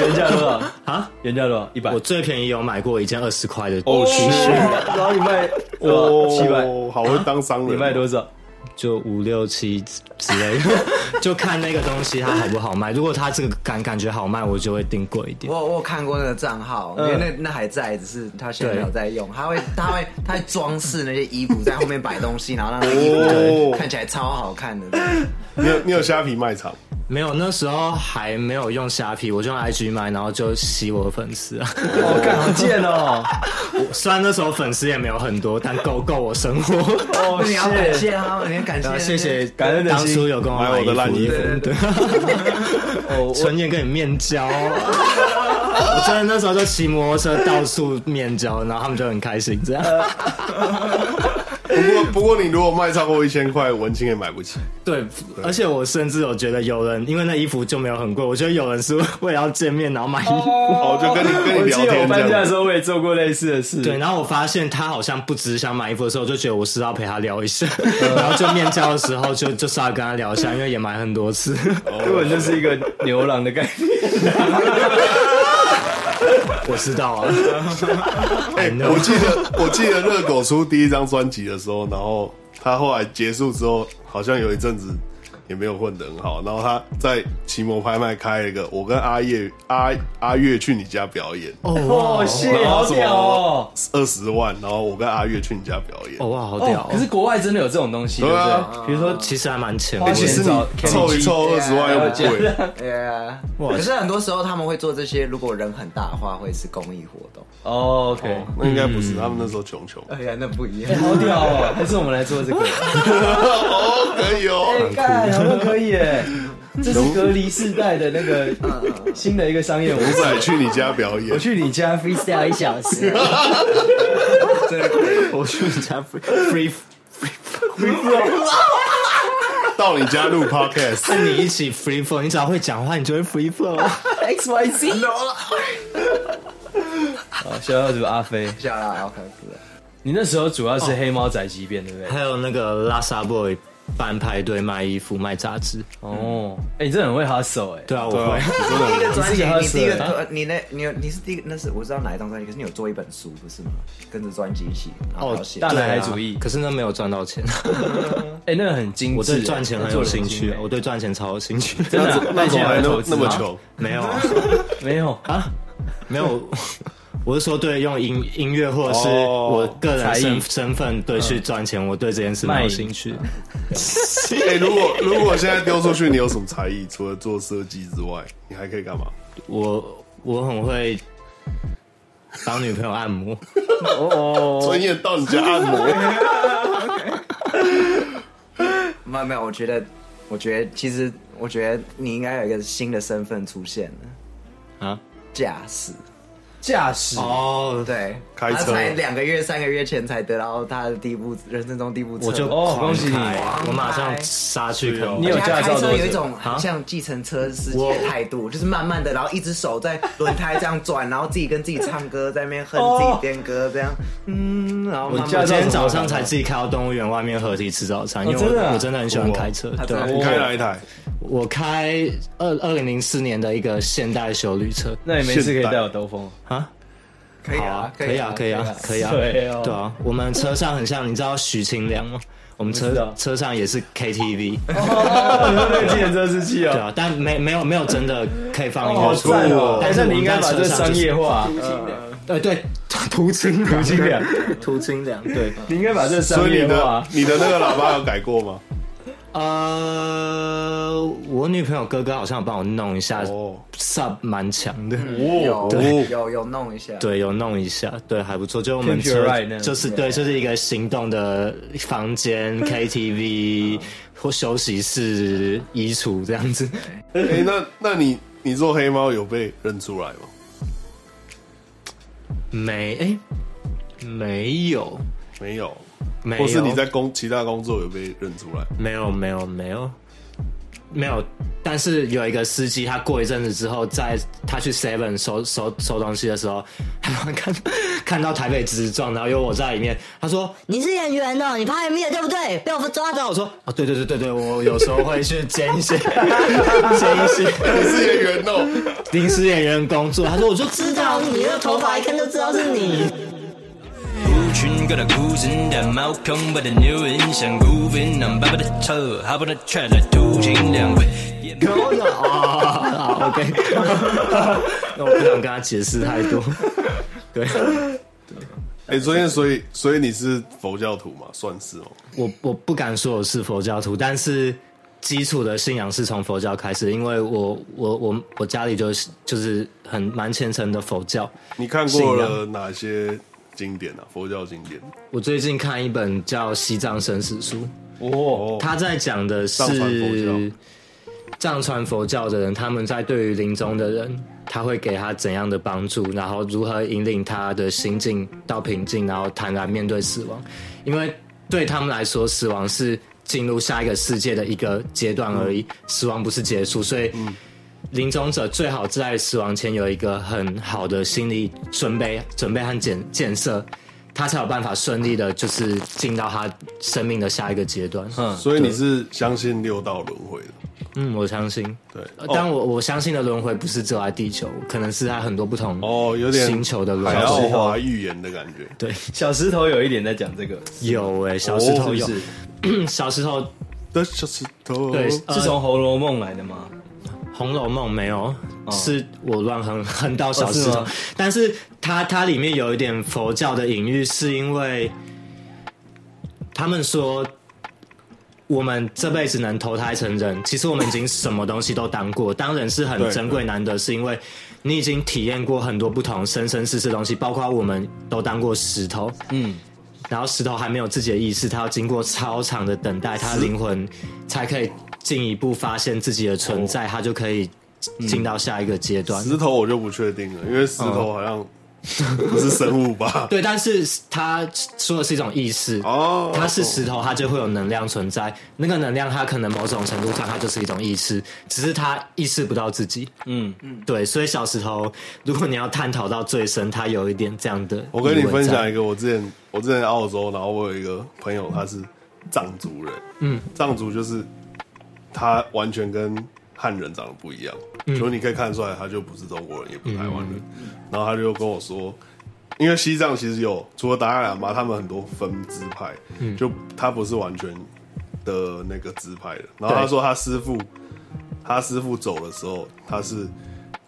[SPEAKER 2] 原价多少？
[SPEAKER 3] 啊，
[SPEAKER 2] 原价多少？一百
[SPEAKER 3] 我。最便宜有买过一件二十块的，
[SPEAKER 1] 哦，其实
[SPEAKER 2] 然后你卖
[SPEAKER 1] 哦，
[SPEAKER 2] 七百，
[SPEAKER 1] 好会当商人。
[SPEAKER 2] 你卖多少？
[SPEAKER 3] 就五六七之类的， *laughs* 就看那个东西它好不好卖。如果它这个感感觉好卖，我就会订贵一点。
[SPEAKER 5] 我我有看过那个账号，因为那那还在，只是他现在没有在用。他会他会他会装饰那些衣服，在后面摆东西，然后让那个衣服
[SPEAKER 1] 哦
[SPEAKER 5] 看起来超好看的。
[SPEAKER 1] 你有你有虾皮卖场？
[SPEAKER 3] 没有，那时候还没有用虾皮，我就用 IG 买，然后就吸我的粉丝啊。 *laughs*
[SPEAKER 2] 哦，干好贱哦！
[SPEAKER 3] 虽然那时候粉丝也没有很多，但够够我生活。
[SPEAKER 2] 哦
[SPEAKER 5] 那，你要感
[SPEAKER 2] 谢
[SPEAKER 5] 谢他们，你要感谢
[SPEAKER 3] 然
[SPEAKER 5] 那
[SPEAKER 3] 后谢
[SPEAKER 5] 些
[SPEAKER 3] 谢
[SPEAKER 2] 感恩的
[SPEAKER 3] 当
[SPEAKER 2] 心
[SPEAKER 3] 初有跟我
[SPEAKER 1] 买我的烂衣服
[SPEAKER 3] 对对
[SPEAKER 2] 哦，
[SPEAKER 3] 纯眼跟你面交。我真的那时候就骑摩托车到处面交，然后他们就很开心这样。
[SPEAKER 1] 不过不过你如果卖超过一千块，文青也买不起。
[SPEAKER 3] 对，而且我甚至有觉得有人，因为那衣服就没有很贵，我觉得有人是为了要见面然后买衣服。
[SPEAKER 1] 哦，就跟你跟
[SPEAKER 2] 我
[SPEAKER 1] 你
[SPEAKER 2] 记
[SPEAKER 1] 聊
[SPEAKER 2] 得我
[SPEAKER 1] 天
[SPEAKER 2] 搬
[SPEAKER 1] 这
[SPEAKER 2] 家的
[SPEAKER 1] 样
[SPEAKER 2] 时
[SPEAKER 1] 子。
[SPEAKER 2] 候，我也做过类似的事。
[SPEAKER 3] 对，然后我发现他好像不只是想买衣服的时候，我就觉得我是要陪他聊一 *laughs* 下，然后就面交的时候就就是要跟他聊一下，因为也买很多次。
[SPEAKER 2] 根本就是一个牛郎的概念。
[SPEAKER 3] 我知道啊，
[SPEAKER 1] 哎、我记得我记得热狗出第一张专辑的时候，然后他后来结束之后，好像有一阵子也没有混得很好。然后他在奇摩拍卖开了一个，我跟阿叶阿阿月去你家表演，
[SPEAKER 2] 哦，谢，好屌哦！
[SPEAKER 1] 二十万，然后我跟阿月去你家表演。
[SPEAKER 3] 哦哇，好屌
[SPEAKER 2] 哦
[SPEAKER 3] 哦！，
[SPEAKER 2] 可是国外真的有这种东西，对
[SPEAKER 1] 对
[SPEAKER 2] 不
[SPEAKER 1] 啊
[SPEAKER 2] 对？
[SPEAKER 3] 比如说，其实还蛮浅
[SPEAKER 1] 哎
[SPEAKER 2] 花
[SPEAKER 3] 的，
[SPEAKER 1] 其实
[SPEAKER 2] 找
[SPEAKER 1] 你凑一凑二十万又不贵，
[SPEAKER 5] Yeah，可是很多时候他们会做这些，如果人很大的话，会是公益活动。
[SPEAKER 2] 哦，OK，
[SPEAKER 1] 那应该不是，他们那时候穷穷。
[SPEAKER 5] 哎呀，那不一样
[SPEAKER 2] 哎。好屌哦！还是我们来做这个？
[SPEAKER 1] 哦，可以哦，
[SPEAKER 2] 哎干，好像可以
[SPEAKER 3] *laughs*
[SPEAKER 2] 耶！这是隔离世代的那个新的一个商业模
[SPEAKER 3] 嗯
[SPEAKER 1] 我
[SPEAKER 2] 式。
[SPEAKER 1] 仔去你家表演
[SPEAKER 2] 我。去你家
[SPEAKER 6] freestyle 一小时，
[SPEAKER 3] 我去人家 free，
[SPEAKER 1] 到你家录 podcast，
[SPEAKER 3] 跟你一起 free flow，你只要会讲话，你就会 free *laughs* flow。
[SPEAKER 2] X Y Z。好，哦小要主阿飞，
[SPEAKER 5] 下来 OK，是的
[SPEAKER 2] 你那时候主要是黑猫宅急便，对不对？
[SPEAKER 3] 还有那个拉萨 boy 办派对卖衣服卖杂志，
[SPEAKER 2] 哦，哎，你真的很会 hustle 哎。
[SPEAKER 3] 对啊，我
[SPEAKER 1] 对啊
[SPEAKER 3] 会。
[SPEAKER 1] 你真的很
[SPEAKER 5] 专辑你第一
[SPEAKER 2] 啊
[SPEAKER 5] 个，呃你那，你有你是第一个，那是我知道哪一张专辑，可是你有做一本书不是吗？跟着专辑一起，然后写。
[SPEAKER 2] 大
[SPEAKER 3] 对啊
[SPEAKER 2] 男孩主义
[SPEAKER 3] 可是那没有赚到钱。
[SPEAKER 2] 哎，那个很精致，
[SPEAKER 3] *laughs* 我对赚钱很有兴趣
[SPEAKER 2] 哎，
[SPEAKER 3] 我对赚钱超有兴趣。
[SPEAKER 2] 真的啊
[SPEAKER 1] *laughs* 那种还
[SPEAKER 2] 那
[SPEAKER 1] 那
[SPEAKER 2] 种
[SPEAKER 1] 么那么穷，
[SPEAKER 3] *laughs* 没有啊，
[SPEAKER 2] 没有啊？
[SPEAKER 3] 没有。 *laughs* 我是说，对用音音乐或者是
[SPEAKER 1] 哦
[SPEAKER 3] 我个人
[SPEAKER 2] 才艺嗯
[SPEAKER 3] 身身份对去赚钱，我对这件事
[SPEAKER 2] 卖
[SPEAKER 3] 没有
[SPEAKER 2] 淫
[SPEAKER 3] 兴趣。
[SPEAKER 1] 哎、如果如果现在丢出去，你有什么才艺？除了做设计之外，你还可以干嘛？
[SPEAKER 3] 我我很会帮女朋友按摩，
[SPEAKER 1] 专业到你家按 *laughs* 摩，
[SPEAKER 5] 没有没有，我觉得，我觉得其实，我觉得你应该有一个新的身份出现了
[SPEAKER 3] 啊，
[SPEAKER 5] 驾驶。
[SPEAKER 2] 驾驶
[SPEAKER 3] 哦，
[SPEAKER 5] 对，
[SPEAKER 1] 开车
[SPEAKER 5] 他才两个月、三个月前才得到他的第一部人生中第一部车，
[SPEAKER 3] 我就
[SPEAKER 2] 哦
[SPEAKER 3] 狂
[SPEAKER 2] 恭喜你
[SPEAKER 3] 开我马上杀去看。
[SPEAKER 2] 哦你有
[SPEAKER 5] 而且他
[SPEAKER 2] 驾照
[SPEAKER 5] 开
[SPEAKER 2] 多
[SPEAKER 5] 车
[SPEAKER 2] 久
[SPEAKER 5] 有一种很像计程车司机的态度，就是慢慢的，然后一只手在轮胎这样转，然后自己跟自己唱歌，在那边哼自己编歌这样，嗯，然后慢
[SPEAKER 2] 我
[SPEAKER 5] 慢
[SPEAKER 2] 驾照
[SPEAKER 3] 我今天早上才自己开到动物园外面合体吃早餐，因为
[SPEAKER 2] 真的啊
[SPEAKER 3] 我我真的很喜欢开车。对啊，
[SPEAKER 1] 你开哪一台？
[SPEAKER 3] 我开二二零零四年的一个现代修旅车
[SPEAKER 2] 那你没事可
[SPEAKER 1] 现
[SPEAKER 2] 以
[SPEAKER 1] 代
[SPEAKER 2] 带我兜风
[SPEAKER 3] 啊，
[SPEAKER 5] 可以
[SPEAKER 3] 好
[SPEAKER 5] 啊，
[SPEAKER 3] 可以啊，可以啊，可以
[SPEAKER 2] *laughs*
[SPEAKER 3] 啊，
[SPEAKER 2] 对哦
[SPEAKER 3] 对啊，我们车上很像，你知道许清良吗？我们
[SPEAKER 2] 我知
[SPEAKER 3] 车
[SPEAKER 2] 道
[SPEAKER 3] 车上也是 KTV，
[SPEAKER 2] 哦，那个计程车司机
[SPEAKER 3] 对
[SPEAKER 2] 哦，
[SPEAKER 3] 啊，但没没有没有真的可以放音
[SPEAKER 2] 好
[SPEAKER 3] 乐出来
[SPEAKER 2] 赞哦！但
[SPEAKER 3] 但是
[SPEAKER 2] 是你
[SPEAKER 3] 我
[SPEAKER 2] 应
[SPEAKER 3] 们
[SPEAKER 2] 该
[SPEAKER 3] 在
[SPEAKER 2] 把
[SPEAKER 3] 车
[SPEAKER 2] 这
[SPEAKER 3] 上
[SPEAKER 2] 商
[SPEAKER 3] 就是 *laughs* 嗯
[SPEAKER 2] 业化，啊 *laughs*
[SPEAKER 3] 对对，途经途
[SPEAKER 2] 经
[SPEAKER 3] *laughs*
[SPEAKER 2] 两，
[SPEAKER 3] 途经两对，
[SPEAKER 2] 你应该把这
[SPEAKER 1] 所
[SPEAKER 2] 商
[SPEAKER 1] 以
[SPEAKER 2] 业
[SPEAKER 1] 你的
[SPEAKER 2] 化。啊
[SPEAKER 1] *laughs* 你的那个喇叭有改过 *laughs* 吗？
[SPEAKER 3] 呃，我女朋友哥哥好像有帮我弄一下
[SPEAKER 1] 哦
[SPEAKER 3] ，sub 蛮强的，
[SPEAKER 5] 有
[SPEAKER 1] 对
[SPEAKER 5] 有有弄一下，
[SPEAKER 3] 对，有弄一下，对，还不错。就我们
[SPEAKER 2] Think you're
[SPEAKER 3] 车
[SPEAKER 2] right 那样
[SPEAKER 3] 就是对，就是一个行动的房间、KTV 或休息室、衣橱这样子。
[SPEAKER 1] 哎、那那你你做黑猫有被认出来吗？
[SPEAKER 3] 没，哎、没有，
[SPEAKER 1] 没有，
[SPEAKER 3] 没有，
[SPEAKER 1] 或是你在工其他工作有被认出来？
[SPEAKER 3] 没有，没有，没有，没有。但是有一个司机，他过一阵子之后，在他去 Seven 收收收东西的时候， *laughs* 他看看到台北直撞，然后有我在里面，他说
[SPEAKER 6] 你是演员哦，你拍 MV 的对不对？被我抓到，
[SPEAKER 3] 我说啊，对对对对对，我有时候会去兼一些兼一些
[SPEAKER 1] 你是演员哦，
[SPEAKER 3] 临时演员工作。他说我就知
[SPEAKER 6] 知
[SPEAKER 3] 道
[SPEAKER 6] 道
[SPEAKER 3] 你
[SPEAKER 6] 你
[SPEAKER 3] 的
[SPEAKER 6] 的
[SPEAKER 3] 头
[SPEAKER 6] 头
[SPEAKER 3] 发
[SPEAKER 6] 发一看就知道是你。
[SPEAKER 10] 族群各大孤身的毛孔，把的牛人像孤坟，让爸爸的车，好不的车来途经两位。
[SPEAKER 3] 我说哦好，OK，那我不想跟他解释太多。对，
[SPEAKER 1] 哎、昨天所以所以你是佛教徒嘛？算是哦。
[SPEAKER 3] 我我不敢说我是佛教徒，但是基础的信仰是从佛教开始，因为我我我我家里就是就是很蛮虔诚的佛教。
[SPEAKER 1] 你看过了哪些经典啊？佛教经典？
[SPEAKER 3] 我最近看一本叫《西藏生死书》，
[SPEAKER 1] 哦，
[SPEAKER 3] 他在讲的
[SPEAKER 1] 藏传佛
[SPEAKER 3] 是
[SPEAKER 1] 教
[SPEAKER 3] 藏传佛教的人，他们在对于临终的人，他会给他怎样的帮助，然后如何引领他的心境到平静，然后坦然面对死亡。因为对他们来说，死亡是进入下一个世界的一个阶段而
[SPEAKER 1] 嗯
[SPEAKER 3] 已，死亡不是结束，所以。临终者最好在死亡前有一个很好的心理准备、准备和建建设，他才有办法顺利的，就是进到他生命的下一个阶段。嗯，
[SPEAKER 1] 所以你是相信六道轮回的？
[SPEAKER 3] 嗯，我相信。
[SPEAKER 1] 对，
[SPEAKER 3] 呃但我我相信的轮回不是只有在地球，可能是在很多不同
[SPEAKER 1] 哦，有点
[SPEAKER 3] 星球的轮
[SPEAKER 1] 海奥
[SPEAKER 3] 回。
[SPEAKER 1] 华预言的感觉。
[SPEAKER 3] 对，
[SPEAKER 2] 小石头有一点在讲这个，
[SPEAKER 3] 有哎、小石
[SPEAKER 1] 哦
[SPEAKER 3] 头有，嗯
[SPEAKER 2] 是不是
[SPEAKER 3] 小石头，
[SPEAKER 1] 的小石头，
[SPEAKER 3] 对呃
[SPEAKER 2] 是从《红楼梦》来的吗？
[SPEAKER 3] 《红楼梦》没有，是我乱哼哼到小石
[SPEAKER 2] 哦是
[SPEAKER 3] 头，
[SPEAKER 2] 吗
[SPEAKER 3] 但是它它里面有一点佛教的隐喻，是因为他们说我们这辈子能投胎
[SPEAKER 2] *laughs*
[SPEAKER 3] 成人，其实我们已经什么东西都当过，当人是很
[SPEAKER 1] 对
[SPEAKER 3] 珍贵难得，是因为你已经体验过很多不同生生世世的东西，包括我们都当过石头，
[SPEAKER 2] 嗯，
[SPEAKER 3] 然后石头还没有自己的意识，它要经过超长的等待，它的灵魂才可以进一步发现自己的存在，
[SPEAKER 1] 哦
[SPEAKER 3] 它就可以进到下一个阶段。
[SPEAKER 1] 石头我就不确定了，因为石头好像不是生物吧？
[SPEAKER 3] 哦 *laughs* 对，但是它说的是一种意识，
[SPEAKER 1] 哦，
[SPEAKER 3] 它是石头，它就会有能量存在。那个能量，它可能某种程度上，它就是一种意识，只是它意识不到自己。
[SPEAKER 2] 嗯，
[SPEAKER 3] 对，所以小石头，如果你要探讨到最深，它有一点这样的。
[SPEAKER 1] 我跟你分享一，个，我之前我之前在澳洲，然后我有一个朋友，他是藏族人，
[SPEAKER 3] 嗯，
[SPEAKER 1] 藏族就是他完全跟汉人长得不一样，所以你可以看出来，他就不是中国人，也不是台湾人。然后他就跟我说，因为西藏其实有除了达赖喇嘛，他们很多分支派，就他不是完全的那个支派的。然后他说他师傅，他师傅走的时候，他是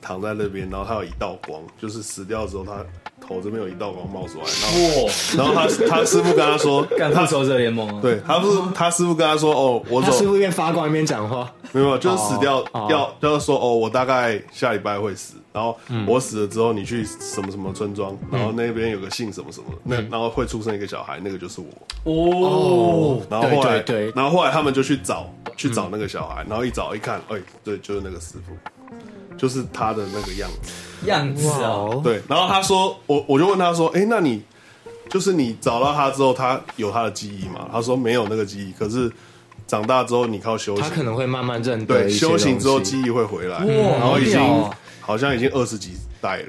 [SPEAKER 1] 躺在那边，然后他有一道光，就是死掉之后，他头这边有一道光冒出来，然后，然后他他师傅跟他说，
[SPEAKER 2] 干复仇者联盟啊，
[SPEAKER 1] 对他不是他师傅跟他说，哦，我
[SPEAKER 3] 他
[SPEAKER 1] 走
[SPEAKER 3] 是不是一边发光一边讲话？
[SPEAKER 1] 没有，就是死掉，
[SPEAKER 3] 哦
[SPEAKER 1] 要就是说哦，我大概下礼拜会死，然后
[SPEAKER 3] 嗯
[SPEAKER 1] 我死了之后，你去什么什么村庄，然后那边有个姓什么什么，
[SPEAKER 3] 嗯
[SPEAKER 1] 那然后会出生一个小孩，那个就是我。
[SPEAKER 2] 哦，
[SPEAKER 1] 然后后来，
[SPEAKER 3] 对嗯对对
[SPEAKER 1] 然后后来他们就去找去找那个小孩，然后一找一看，哎，对，就是那个师傅，就是他的那个样子。
[SPEAKER 2] 样子哦，
[SPEAKER 3] 哦，
[SPEAKER 1] 对，然后他说，我我就问他说，哎、那你就是你找到他之后，他有他的记忆吗？他说没有那个记忆，可是长大之后你靠修
[SPEAKER 3] 他可
[SPEAKER 1] 行，
[SPEAKER 3] 能会慢慢认
[SPEAKER 1] 对，
[SPEAKER 3] 一些
[SPEAKER 1] 修行之后
[SPEAKER 3] 东西
[SPEAKER 1] 记忆会回来，
[SPEAKER 2] 哇
[SPEAKER 1] 然后已经、
[SPEAKER 2] 好屌哦
[SPEAKER 1] 好像已经二十几代了，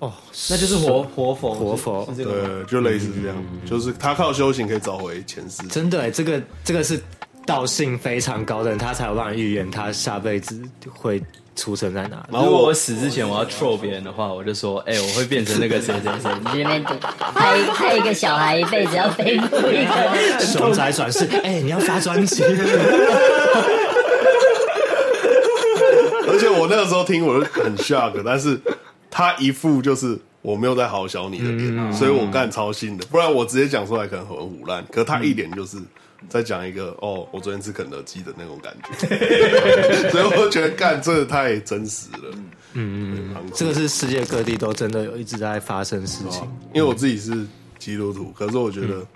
[SPEAKER 3] 哦，
[SPEAKER 2] 那就是活活佛，
[SPEAKER 3] 活佛
[SPEAKER 2] 是这个吗
[SPEAKER 1] 对，
[SPEAKER 2] 嗯
[SPEAKER 1] 就类似这样，就是他靠修行可以找回前世。
[SPEAKER 3] 真的耶，欸这个这个是道性非常高的人，他才有办法预言他下辈子会出生在哪里。
[SPEAKER 2] *laughs*
[SPEAKER 1] 然后
[SPEAKER 2] 如果
[SPEAKER 1] 我
[SPEAKER 2] 我死之前我要 troll 别人的话，我就说，哎、我会变成那个谁谁谁。
[SPEAKER 6] 你这边害害一个小孩一辈子要背负一
[SPEAKER 2] 哎
[SPEAKER 6] 个，
[SPEAKER 3] 熊仔
[SPEAKER 2] *laughs*
[SPEAKER 3] 转世，哎、你要发专辑？ *laughs*
[SPEAKER 1] 而且我那个时候听我就很 shock，但是他一副就是我没有在好小你的脸，所以我干超信的，不然我直接讲出来可能很胡烂。可他一脸就是在讲一个哦，我昨天吃肯德基的那种感觉， *laughs* 所以我觉得干这个太真实了。嗯嗯，
[SPEAKER 3] 这个是世界各地都真的有一直在发生事情。
[SPEAKER 1] 因为我自己是基督徒，可是我觉
[SPEAKER 3] 嗯
[SPEAKER 1] 得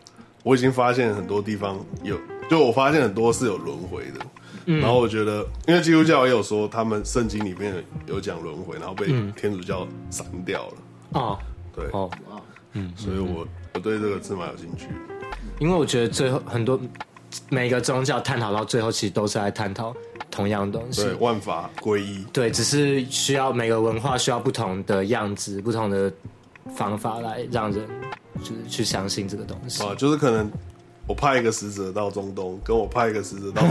[SPEAKER 1] 我已经发现很多地方有，就我发现很多是有轮回的。
[SPEAKER 3] 嗯
[SPEAKER 1] 然后我觉得，因为基督教也有说，他们圣经里面有讲轮回，然后被天主教删掉了。
[SPEAKER 3] 哦
[SPEAKER 1] 对，
[SPEAKER 3] 嗯哦，
[SPEAKER 1] 所以我我对这个是蛮有兴趣的。
[SPEAKER 3] 因为我觉得最后很多每个宗教探讨到最后，其实都是在探讨同样的东西
[SPEAKER 1] 对，。万法归一。
[SPEAKER 3] 对，只是需要每个文化需要不同的样子、不同的方法来让人就是去相信这个东西。
[SPEAKER 1] 啊，就是可能我派一个使者到中东，跟我派一个使者到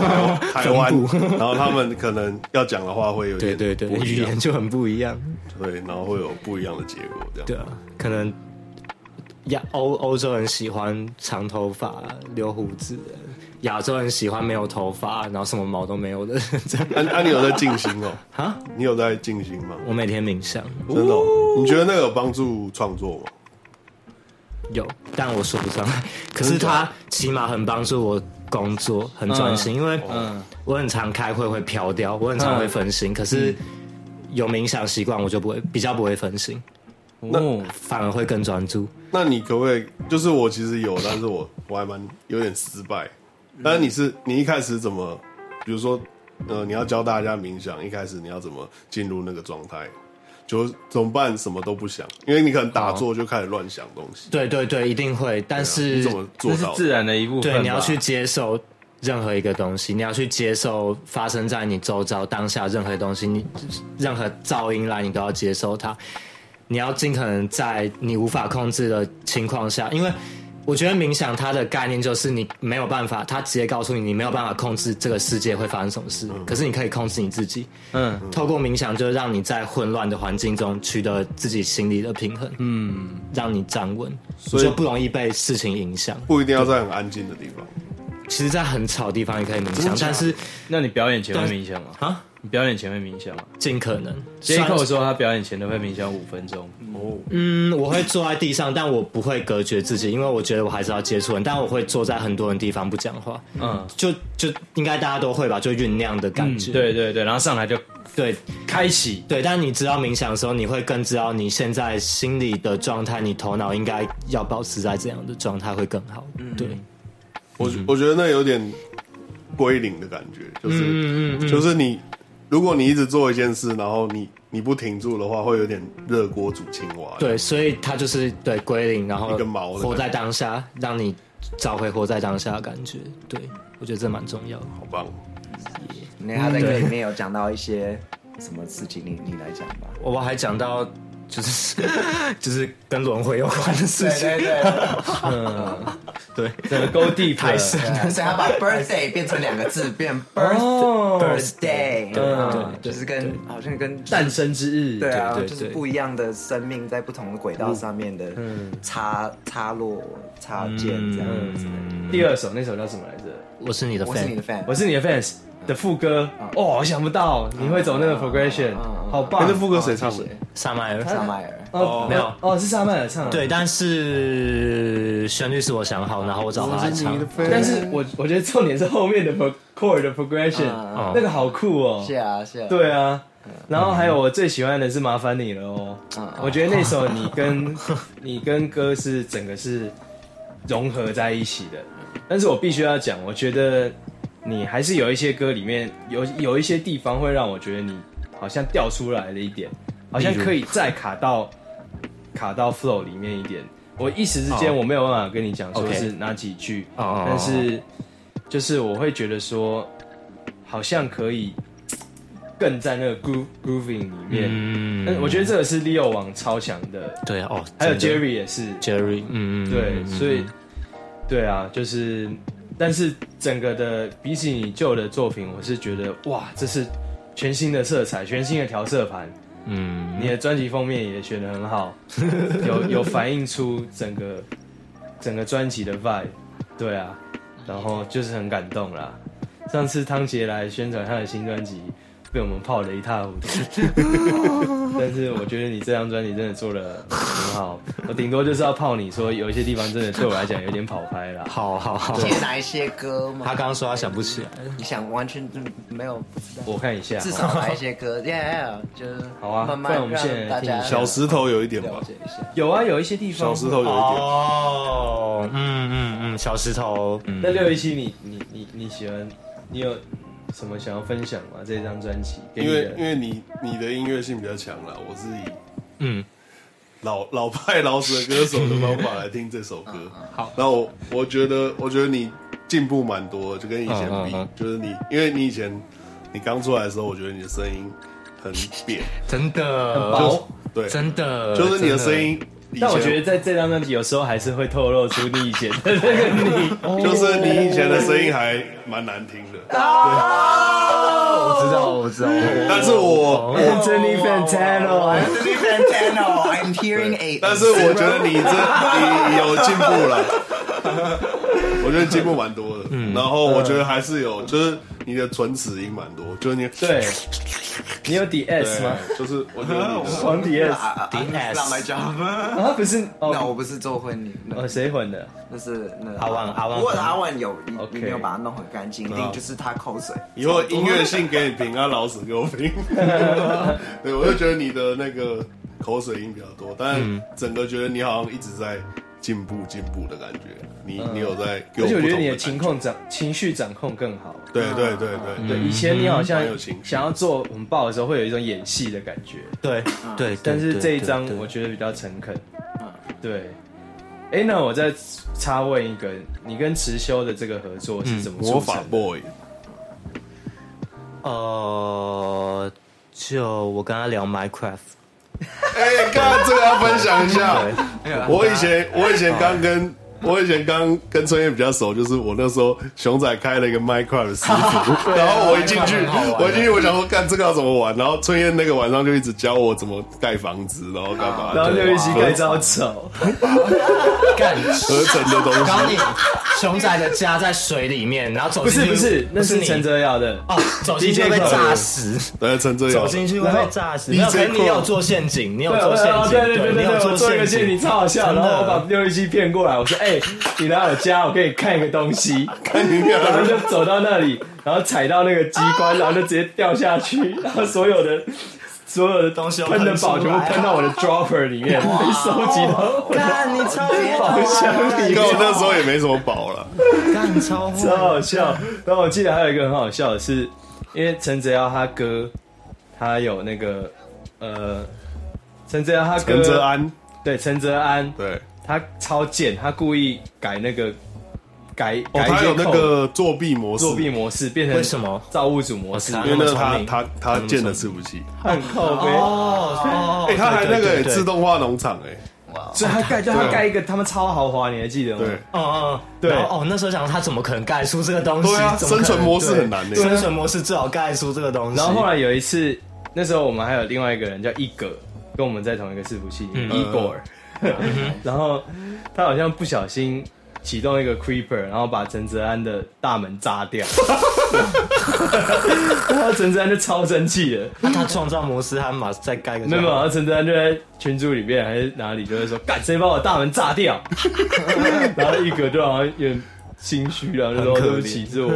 [SPEAKER 1] 台
[SPEAKER 3] *laughs*
[SPEAKER 1] 湾台湾，然后他们可能要讲的话会有
[SPEAKER 3] 对
[SPEAKER 1] 点
[SPEAKER 3] 对对，
[SPEAKER 1] 不一
[SPEAKER 3] 语言
[SPEAKER 1] 样，
[SPEAKER 3] 就很不一样。
[SPEAKER 1] 对，然后会有不一样的结果这样。
[SPEAKER 3] 对啊，可能亚欧欧洲人喜欢长头发、留胡子的，亚洲人喜欢没有头发，然后什么毛都没有的。 *laughs*
[SPEAKER 1] *laughs*
[SPEAKER 3] 这样
[SPEAKER 1] 安啊安，你有在静心哦？
[SPEAKER 3] 啊，
[SPEAKER 1] 你有在静心吗？
[SPEAKER 3] 我每天冥想
[SPEAKER 1] 真的哦、你觉得那个有帮助创作吗？
[SPEAKER 3] 有，但我说不上 *laughs* 来。可是它起码很帮助我工作，很专心，
[SPEAKER 2] 嗯
[SPEAKER 3] 因为
[SPEAKER 2] 嗯
[SPEAKER 3] 我很常开会会飘掉，我很常会分心。可是有冥想习惯，我就不会比较不会分心，
[SPEAKER 2] 哦，
[SPEAKER 3] 反而会更专注。
[SPEAKER 1] 那你可不可以？就是我其实有，但是我我还蛮有点失败。但是你是你一开始怎么，比如说，呃，你要教大家冥想，一开始你要怎么进入那个状态？就怎么办？什么都不想，因为你可能打坐就开始乱想东西。啊
[SPEAKER 3] 对对对，一定会，但是、
[SPEAKER 1] 你怎么做
[SPEAKER 2] 这哦是
[SPEAKER 1] 到的？
[SPEAKER 2] 自然的一部分吧。
[SPEAKER 3] 对，你要去接受任何一个东西，你要去接受发生在你周遭当下任何东西，你任何噪音来，你都要接受它。你要尽可能在你无法控制的情况下，因为我觉得冥想它的概念就是你没有办法，它直接告诉你你没有办法控制这个世界会发生什么事，可是你可以控制你自己。
[SPEAKER 2] 嗯，
[SPEAKER 3] 透过冥想，就是让你在混乱的环境中取得自己心理的平衡，嗯，让你站稳，
[SPEAKER 1] 以
[SPEAKER 3] 所就不容易被事情影响。
[SPEAKER 1] 不一定要在很安静的地方。
[SPEAKER 3] 其实，在很吵的地方也可以冥想，但是
[SPEAKER 2] 那你表演前会冥想吗？
[SPEAKER 3] 啊，
[SPEAKER 2] 你表演前会冥想吗
[SPEAKER 3] 尽可能。
[SPEAKER 2] ？J c
[SPEAKER 3] 虽然
[SPEAKER 2] o 说他表演前都会冥想五分钟，
[SPEAKER 3] 嗯，我会坐在地上，但我不会隔绝自己，因为我觉得我还是要接触人，但我会坐在很多人地方不讲话。
[SPEAKER 2] 嗯，
[SPEAKER 3] 就就应该大家都会吧，就酝酿的感
[SPEAKER 2] 嗯
[SPEAKER 3] 觉。
[SPEAKER 2] 对对对，然后上来就
[SPEAKER 3] 对
[SPEAKER 2] 开启，
[SPEAKER 3] 对，但你知道冥想的时候，你会更知道你现在心理的状态，你头脑应该要保持在这样的状态会更好。
[SPEAKER 2] 嗯
[SPEAKER 3] 对，嗯
[SPEAKER 1] 我我觉得那有点归零的感觉，
[SPEAKER 3] 嗯
[SPEAKER 1] 就是、就是你，如果你一直做一件事，然后你你不停住的话，会有点热锅煮青蛙。
[SPEAKER 3] 对，所以它就是对归零，然后
[SPEAKER 1] 一个毛的感觉
[SPEAKER 3] 活在当下，让你找回活在当下的感觉。对，我觉得这蛮重要的。
[SPEAKER 1] 好棒！
[SPEAKER 5] 那他在歌里面有讲到一些什么事情，你你来讲吧。
[SPEAKER 3] 我们还讲到就是就是跟轮回有关的事情，
[SPEAKER 5] 对，
[SPEAKER 3] 对
[SPEAKER 2] 整个 go deep
[SPEAKER 3] 太深了。
[SPEAKER 5] *laughs* 所以他把 birthday 变成两个字，变 birth birthday，对，就是跟好像跟
[SPEAKER 2] 诞生之日，
[SPEAKER 5] 对啊，
[SPEAKER 3] 对对
[SPEAKER 5] 就是
[SPEAKER 3] 对嗯
[SPEAKER 5] 不一样的生命在不同的轨道上面的插插落、插件这样子。
[SPEAKER 2] 第二首那首叫什么来着？
[SPEAKER 3] 嗯我是你的
[SPEAKER 5] 我是
[SPEAKER 3] fan，
[SPEAKER 5] 你的 fan，
[SPEAKER 2] 我是你的 fans 的副歌，
[SPEAKER 3] 啊
[SPEAKER 2] 哦，我想不到你会走那个 progression，好棒！
[SPEAKER 1] 那副歌谁唱的？
[SPEAKER 3] 萨麦
[SPEAKER 5] 萨
[SPEAKER 3] 尔。
[SPEAKER 5] 麦尔，
[SPEAKER 2] 哦，
[SPEAKER 3] 没有
[SPEAKER 2] 哦，是萨曼尔唱的。
[SPEAKER 3] 对，，但是旋律是我想好，然后我找他来唱。
[SPEAKER 2] 但是我我觉得重点是后面的 pro- chord 的
[SPEAKER 3] 啊
[SPEAKER 2] progression，
[SPEAKER 5] 嗯
[SPEAKER 2] 那个好酷哦。
[SPEAKER 5] 是啊是啊，
[SPEAKER 2] 对啊，
[SPEAKER 3] 嗯
[SPEAKER 2] 然后还有我最喜欢的是麻烦你了哦
[SPEAKER 5] 嗯，
[SPEAKER 2] 我觉得那首你
[SPEAKER 3] *laughs*
[SPEAKER 2] 跟你跟歌是整个是融合在一起的，但是我必须要讲，我觉得你还是有一些歌里面有有一些地方会让我觉得你好像掉出来了一点，好像可以再卡到卡到 flow 里面一点。我一时之间我没有办法跟你讲说
[SPEAKER 3] OK
[SPEAKER 2] 是哪几句，
[SPEAKER 3] 哦哦哦
[SPEAKER 2] 但是就是我会觉得说好像可以更在那个 groove grooving 里面。
[SPEAKER 3] 嗯
[SPEAKER 2] 呃但我觉得这个是 Leo 王超强的，
[SPEAKER 3] 对啊哦，
[SPEAKER 2] 还有
[SPEAKER 3] 真的
[SPEAKER 2] Jerry 也是，
[SPEAKER 3] Jerry，嗯嗯，
[SPEAKER 2] 对，
[SPEAKER 3] 嗯
[SPEAKER 2] 所以对啊，就是，但是整个的比起你旧的作品，我是觉得哇，这是全新的色彩，全新的调色盘，
[SPEAKER 3] 嗯，
[SPEAKER 2] 你的专辑封面也选的很好，有有反映出整个整个专辑的 vibe，对啊，然后就是很感动啦。上次汤杰来宣传他的新专辑，被我们泡得一塌糊涂。 *laughs* 但是我觉得你这张专辑真的做的很好，我顶多就是要泡你说有一些地方真的对我来讲有点跑拍啦。
[SPEAKER 3] 好好好。
[SPEAKER 5] 记得哪一些歌
[SPEAKER 3] 他
[SPEAKER 5] 吗？
[SPEAKER 3] 刚刚说他想不起来，
[SPEAKER 5] 你想完全就没有不知道。
[SPEAKER 2] 我看一下，哦
[SPEAKER 5] 至少来一些歌，Yeah，就是
[SPEAKER 2] 好啊
[SPEAKER 5] 慢
[SPEAKER 2] 不
[SPEAKER 5] 慢
[SPEAKER 2] 然我们现在
[SPEAKER 5] 让大家
[SPEAKER 2] 听一
[SPEAKER 1] 小石头有一点吧
[SPEAKER 3] 哎
[SPEAKER 5] 了，解一下。
[SPEAKER 2] 有啊，有一些地
[SPEAKER 1] 小
[SPEAKER 2] 方
[SPEAKER 1] 石头有一点。
[SPEAKER 3] 哦，嗯嗯嗯，小石头，嗯
[SPEAKER 2] 那六一七，你你你你喜欢，你有什么想要分享吗？这张专辑给你
[SPEAKER 1] 因
[SPEAKER 2] 的
[SPEAKER 1] 为因为你你的音乐性比较强啦，我是以
[SPEAKER 3] 嗯
[SPEAKER 1] 老 *laughs* 老派老死的歌手的方法来听这
[SPEAKER 3] *laughs*
[SPEAKER 1] 首歌。
[SPEAKER 3] 嗯
[SPEAKER 1] 好，然后我我觉得我觉得你进步蛮多的，就跟以前比，
[SPEAKER 3] 嗯嗯嗯
[SPEAKER 1] 就是你因为你以前你刚出来的时候，我觉得你的声音很扁，
[SPEAKER 3] 真的，
[SPEAKER 1] 就对，
[SPEAKER 3] 真的，
[SPEAKER 1] 就是你的
[SPEAKER 3] 真
[SPEAKER 1] 声音。以前
[SPEAKER 2] 呃但我觉得在这张专辑有时候还是会透露出你以前的那个
[SPEAKER 1] *laughs*
[SPEAKER 2] 你。*laughs*
[SPEAKER 1] 就是你以前的声音还蛮难听的，
[SPEAKER 5] 我知道，我知道，
[SPEAKER 1] 但是我
[SPEAKER 2] 嗯
[SPEAKER 1] 我
[SPEAKER 2] Anthony Fantano，
[SPEAKER 5] 我是 Fantano，I'm hearing
[SPEAKER 1] *laughs*
[SPEAKER 5] a，
[SPEAKER 1] *laughs* 但是我觉得你这你有进步了，我觉得进步蛮多的。
[SPEAKER 2] 嗯
[SPEAKER 1] 然后我觉得还是有，就是你的唇齿音蛮多，就是你
[SPEAKER 2] 对，你有 DS 吗？
[SPEAKER 1] *laughs* 对，就是我觉得
[SPEAKER 2] *laughs*
[SPEAKER 1] 你的
[SPEAKER 2] 黄 DS 啊，
[SPEAKER 5] 啊
[SPEAKER 3] DS
[SPEAKER 5] ，Not my job。
[SPEAKER 2] 不是
[SPEAKER 5] *laughs* 那我
[SPEAKER 2] 哦，
[SPEAKER 5] 不是做婚礼，那
[SPEAKER 2] 哦谁混的？
[SPEAKER 5] 那是那
[SPEAKER 3] 阿万阿万
[SPEAKER 5] 不过阿万有你
[SPEAKER 2] OK
[SPEAKER 5] 你没有把它弄很干净，一定就是他口水。
[SPEAKER 1] 以后音乐性给你评啊，老死给我评。对，我就觉得你的那个口水音比较多，但整个觉得你好像一直在进步进步的感觉。你你有在给
[SPEAKER 2] 而
[SPEAKER 1] 我
[SPEAKER 2] 且
[SPEAKER 1] 不
[SPEAKER 2] 我觉得
[SPEAKER 1] 同
[SPEAKER 2] 你的
[SPEAKER 1] 的
[SPEAKER 2] 情
[SPEAKER 1] 情
[SPEAKER 2] 控掌情绪掌控更好。
[SPEAKER 1] 对对对对
[SPEAKER 2] 对，以前你好
[SPEAKER 1] 嗯
[SPEAKER 2] 像
[SPEAKER 1] 蛮有情绪
[SPEAKER 2] 想要做拥抱的时候，会有一种演戏的感觉。
[SPEAKER 3] *laughs* 对对，
[SPEAKER 2] 但是
[SPEAKER 3] 对
[SPEAKER 2] 这一张
[SPEAKER 3] 对对
[SPEAKER 2] 我觉得比较诚恳。
[SPEAKER 1] 嗯
[SPEAKER 2] 对。哎，那我再插问一个，你跟池修的这个合作
[SPEAKER 3] 嗯
[SPEAKER 2] 是怎么
[SPEAKER 1] 魔
[SPEAKER 2] 促
[SPEAKER 1] 法
[SPEAKER 2] 成的？
[SPEAKER 1] boy，
[SPEAKER 3] 呃，就我跟他聊 Minecraft，
[SPEAKER 1] 哎，看这个要分享一下。
[SPEAKER 3] 对
[SPEAKER 1] *laughs* 我以前我以前刚跟我以前刚跟春燕比较熟，就是我那时候熊仔开了一个 Minecraft 的师傅，然后我一进去，我一进去我想说干这个要怎么玩，然后春燕那个晚上就一直教我怎么盖房子，然后干嘛，
[SPEAKER 2] 然后就一起盖
[SPEAKER 1] 合
[SPEAKER 2] 招丑，
[SPEAKER 3] 干
[SPEAKER 1] 合成的东
[SPEAKER 3] 然后你
[SPEAKER 1] 西。
[SPEAKER 3] 熊仔的家在水里面，然后走
[SPEAKER 2] 不
[SPEAKER 3] 进
[SPEAKER 2] 是
[SPEAKER 3] 去
[SPEAKER 2] 不是，那是
[SPEAKER 3] 你
[SPEAKER 2] 陈哲尧的。
[SPEAKER 3] 哦，
[SPEAKER 2] *laughs*
[SPEAKER 3] 走进去会被
[SPEAKER 2] DJ
[SPEAKER 3] 炸死，
[SPEAKER 1] 对，陈这
[SPEAKER 3] 走
[SPEAKER 1] 有
[SPEAKER 3] 进去会被炸死。没
[SPEAKER 1] DJ
[SPEAKER 3] 有，可是你
[SPEAKER 1] Cole
[SPEAKER 3] 有做陷阱，你有
[SPEAKER 2] 对
[SPEAKER 3] 做陷
[SPEAKER 2] 哦
[SPEAKER 3] 阱，
[SPEAKER 2] 对对
[SPEAKER 3] 你
[SPEAKER 2] 对
[SPEAKER 3] 有
[SPEAKER 2] 对，我做一个
[SPEAKER 3] 陷
[SPEAKER 2] 陷阱超好笑，
[SPEAKER 3] 真的
[SPEAKER 2] 然后我把六一七骗过来，我说：“哎，你来我家，我给你看一个东西。”
[SPEAKER 1] *laughs*
[SPEAKER 2] 然后就走到那里，然后踩到那个机 *laughs* 关，然后就直接掉下去，然后所有的所有的
[SPEAKER 3] 东西都
[SPEAKER 2] 喷的
[SPEAKER 3] 喷出
[SPEAKER 2] 宝全部
[SPEAKER 3] 来
[SPEAKER 2] 喷到我的 dropper 里面，被收集到我的
[SPEAKER 3] 干你超厉
[SPEAKER 2] 宝箱里
[SPEAKER 1] 你
[SPEAKER 2] 面
[SPEAKER 1] 看。我那时候也没什么宝了，
[SPEAKER 3] 干超
[SPEAKER 2] *laughs*
[SPEAKER 3] 哦
[SPEAKER 2] 超好笑。然后我记得还有一个很好笑的是，因为陈哲尧他哥，他有那个呃，陈哲尧他哥
[SPEAKER 1] 陈哲安
[SPEAKER 2] 对陈哲安，
[SPEAKER 1] 对，
[SPEAKER 2] 他超贱，他故意改那个改
[SPEAKER 1] 哦，
[SPEAKER 2] 改一
[SPEAKER 1] 他
[SPEAKER 2] 些
[SPEAKER 1] 有那
[SPEAKER 2] 扣
[SPEAKER 1] 个作弊模式，
[SPEAKER 2] 作弊模式，变成
[SPEAKER 3] 为什么
[SPEAKER 2] 造物主模式
[SPEAKER 3] 我？
[SPEAKER 1] 因为那是
[SPEAKER 3] 他
[SPEAKER 1] 哦他
[SPEAKER 3] 那么聪明
[SPEAKER 1] 他他建的伺服器，
[SPEAKER 2] 很靠背，
[SPEAKER 3] 哦
[SPEAKER 1] 哎，他还那个
[SPEAKER 3] 对对
[SPEAKER 1] 欸
[SPEAKER 3] 对
[SPEAKER 1] 自动化农场哎，
[SPEAKER 2] 所以他盖叫他盖一个他们超豪华，你还记得吗？
[SPEAKER 1] 对，
[SPEAKER 3] 哦哦，
[SPEAKER 2] 对
[SPEAKER 3] 然后哦，那时候想他怎么可能盖出这个东西？
[SPEAKER 1] 对啊
[SPEAKER 3] 怎么可能
[SPEAKER 1] 生存模式很难欸
[SPEAKER 3] 对生存模式最好盖出这个东西。
[SPEAKER 2] 然后后来有一次，那时候我们还有另外一个人叫一格，跟我们在同一个伺服器里面，
[SPEAKER 3] 嗯
[SPEAKER 2] 伊果尔。然后他好像不小心启动一个 creeper，然后把陈泽安的大门炸
[SPEAKER 3] *laughs*
[SPEAKER 2] 掉。 *laughs* 然后陈泽安就超生气的，
[SPEAKER 3] 那 *laughs* 他创造模式，他马上再盖一个。
[SPEAKER 2] 没有没有，然后陈泽安就在群组里面还是哪里就会说：“干谁把我大门炸掉？” *laughs* 然后一格就好像有点心虚，然后就说：“
[SPEAKER 3] 很可怜
[SPEAKER 2] 对不起，是我。”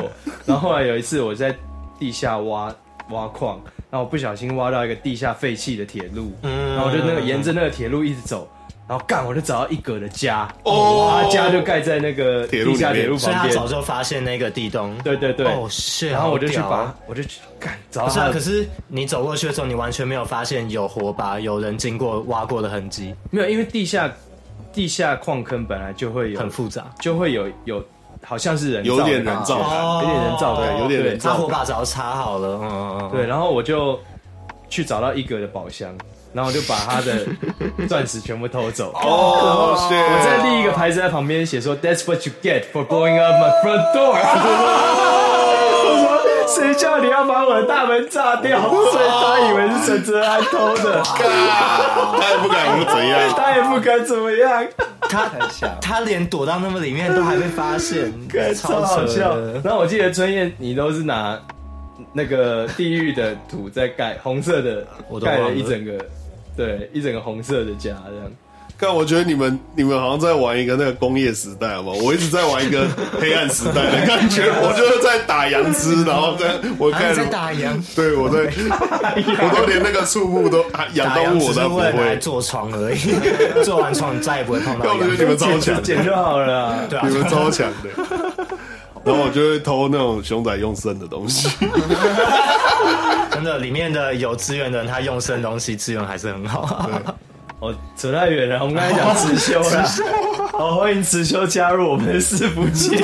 [SPEAKER 2] 然后后来有一次我在地下挖挖矿，然后我不小心挖到一个地下废弃的铁路，
[SPEAKER 1] 嗯
[SPEAKER 2] 然后我就那个沿着那个铁路一直走。然后干，我就找到一格的家，
[SPEAKER 1] 哦
[SPEAKER 2] 他家就盖在那个
[SPEAKER 1] 铁路
[SPEAKER 2] 地下
[SPEAKER 1] 里面
[SPEAKER 2] 铁路
[SPEAKER 3] 所以
[SPEAKER 2] 旁
[SPEAKER 3] 他
[SPEAKER 2] 边
[SPEAKER 3] 早，就发现那个地洞。
[SPEAKER 2] 对对对。
[SPEAKER 3] 哦是，
[SPEAKER 2] 然后我就去
[SPEAKER 3] 好屌啊
[SPEAKER 2] 把，我就去干找
[SPEAKER 3] 不
[SPEAKER 2] 到
[SPEAKER 3] 是
[SPEAKER 2] 他
[SPEAKER 3] 啊，
[SPEAKER 2] 的
[SPEAKER 3] 可是你走过去的时候，你完全没有发现有火把、有人经过挖过的痕迹，
[SPEAKER 2] 没有，因为地下地下矿坑本来就会有
[SPEAKER 3] 很复杂。
[SPEAKER 2] 就会有有好像是人造的
[SPEAKER 1] 有点人造
[SPEAKER 3] 哦
[SPEAKER 1] 感，
[SPEAKER 2] 有点人造的，
[SPEAKER 1] 对有点人造
[SPEAKER 3] 他火把只要插好了，嗯嗯嗯，
[SPEAKER 2] 对对，然后我就去找到一格的宝箱，然后我就把他的 *laughs* 钻石全部偷走。
[SPEAKER 1] 哦，我 *laughs*
[SPEAKER 2] 我在第一个牌子在旁边写说，That's what you get for blowing up my front door。我说 *laughs* 谁叫你要把我的大门炸掉？
[SPEAKER 1] 哦
[SPEAKER 2] 所以他以为是陈哲安偷的，
[SPEAKER 1] 他也不敢我怎样。
[SPEAKER 3] *laughs*
[SPEAKER 2] 他也不敢怎么样。
[SPEAKER 3] 他他连躲到那么里面都还被
[SPEAKER 2] *laughs*
[SPEAKER 3] 发现， *laughs*
[SPEAKER 2] 超
[SPEAKER 3] 扯
[SPEAKER 2] 好笑
[SPEAKER 3] 的。
[SPEAKER 2] 然后我记得春燕，你都是拿那个地狱的土在盖红色的
[SPEAKER 3] 我，都忘
[SPEAKER 2] 盖
[SPEAKER 3] 了
[SPEAKER 2] 了一整个，对，一整个红色的家这样。
[SPEAKER 1] 但我觉得你们你们好像在玩一个那个工业时代，好不好？我一直在玩一
[SPEAKER 3] *laughs*
[SPEAKER 1] 个黑暗时代的感觉，我就是在打羊汁，然后在我
[SPEAKER 3] 啊
[SPEAKER 1] 看
[SPEAKER 3] 你，在打烊，
[SPEAKER 1] 对
[SPEAKER 3] *laughs*
[SPEAKER 1] 我在，我都连那个畜牧都啊养
[SPEAKER 3] 打
[SPEAKER 1] 动物
[SPEAKER 3] 烊只
[SPEAKER 1] 我
[SPEAKER 3] 是
[SPEAKER 1] 都不
[SPEAKER 3] 为了拿来
[SPEAKER 1] 会。
[SPEAKER 3] 做床而已， *laughs* 做完床你再也不会碰到
[SPEAKER 1] 但我觉得你
[SPEAKER 3] 羊。
[SPEAKER 1] 们超强的，
[SPEAKER 2] 剪就好了啊。
[SPEAKER 3] 对啊
[SPEAKER 1] 你，们超强
[SPEAKER 3] *laughs*
[SPEAKER 1] 的。然后我就会偷那种熊仔用剩的东
[SPEAKER 3] *laughs*
[SPEAKER 1] 西，
[SPEAKER 3] 真的，里面的有资源的人，他用剩东西资源还是很好。
[SPEAKER 2] 哦，扯太远了，我们刚才讲辞修
[SPEAKER 3] *laughs*
[SPEAKER 2] 啦。
[SPEAKER 3] 哦
[SPEAKER 2] 好，欢迎辞修加入我们的伺服
[SPEAKER 3] *laughs*
[SPEAKER 2] 器。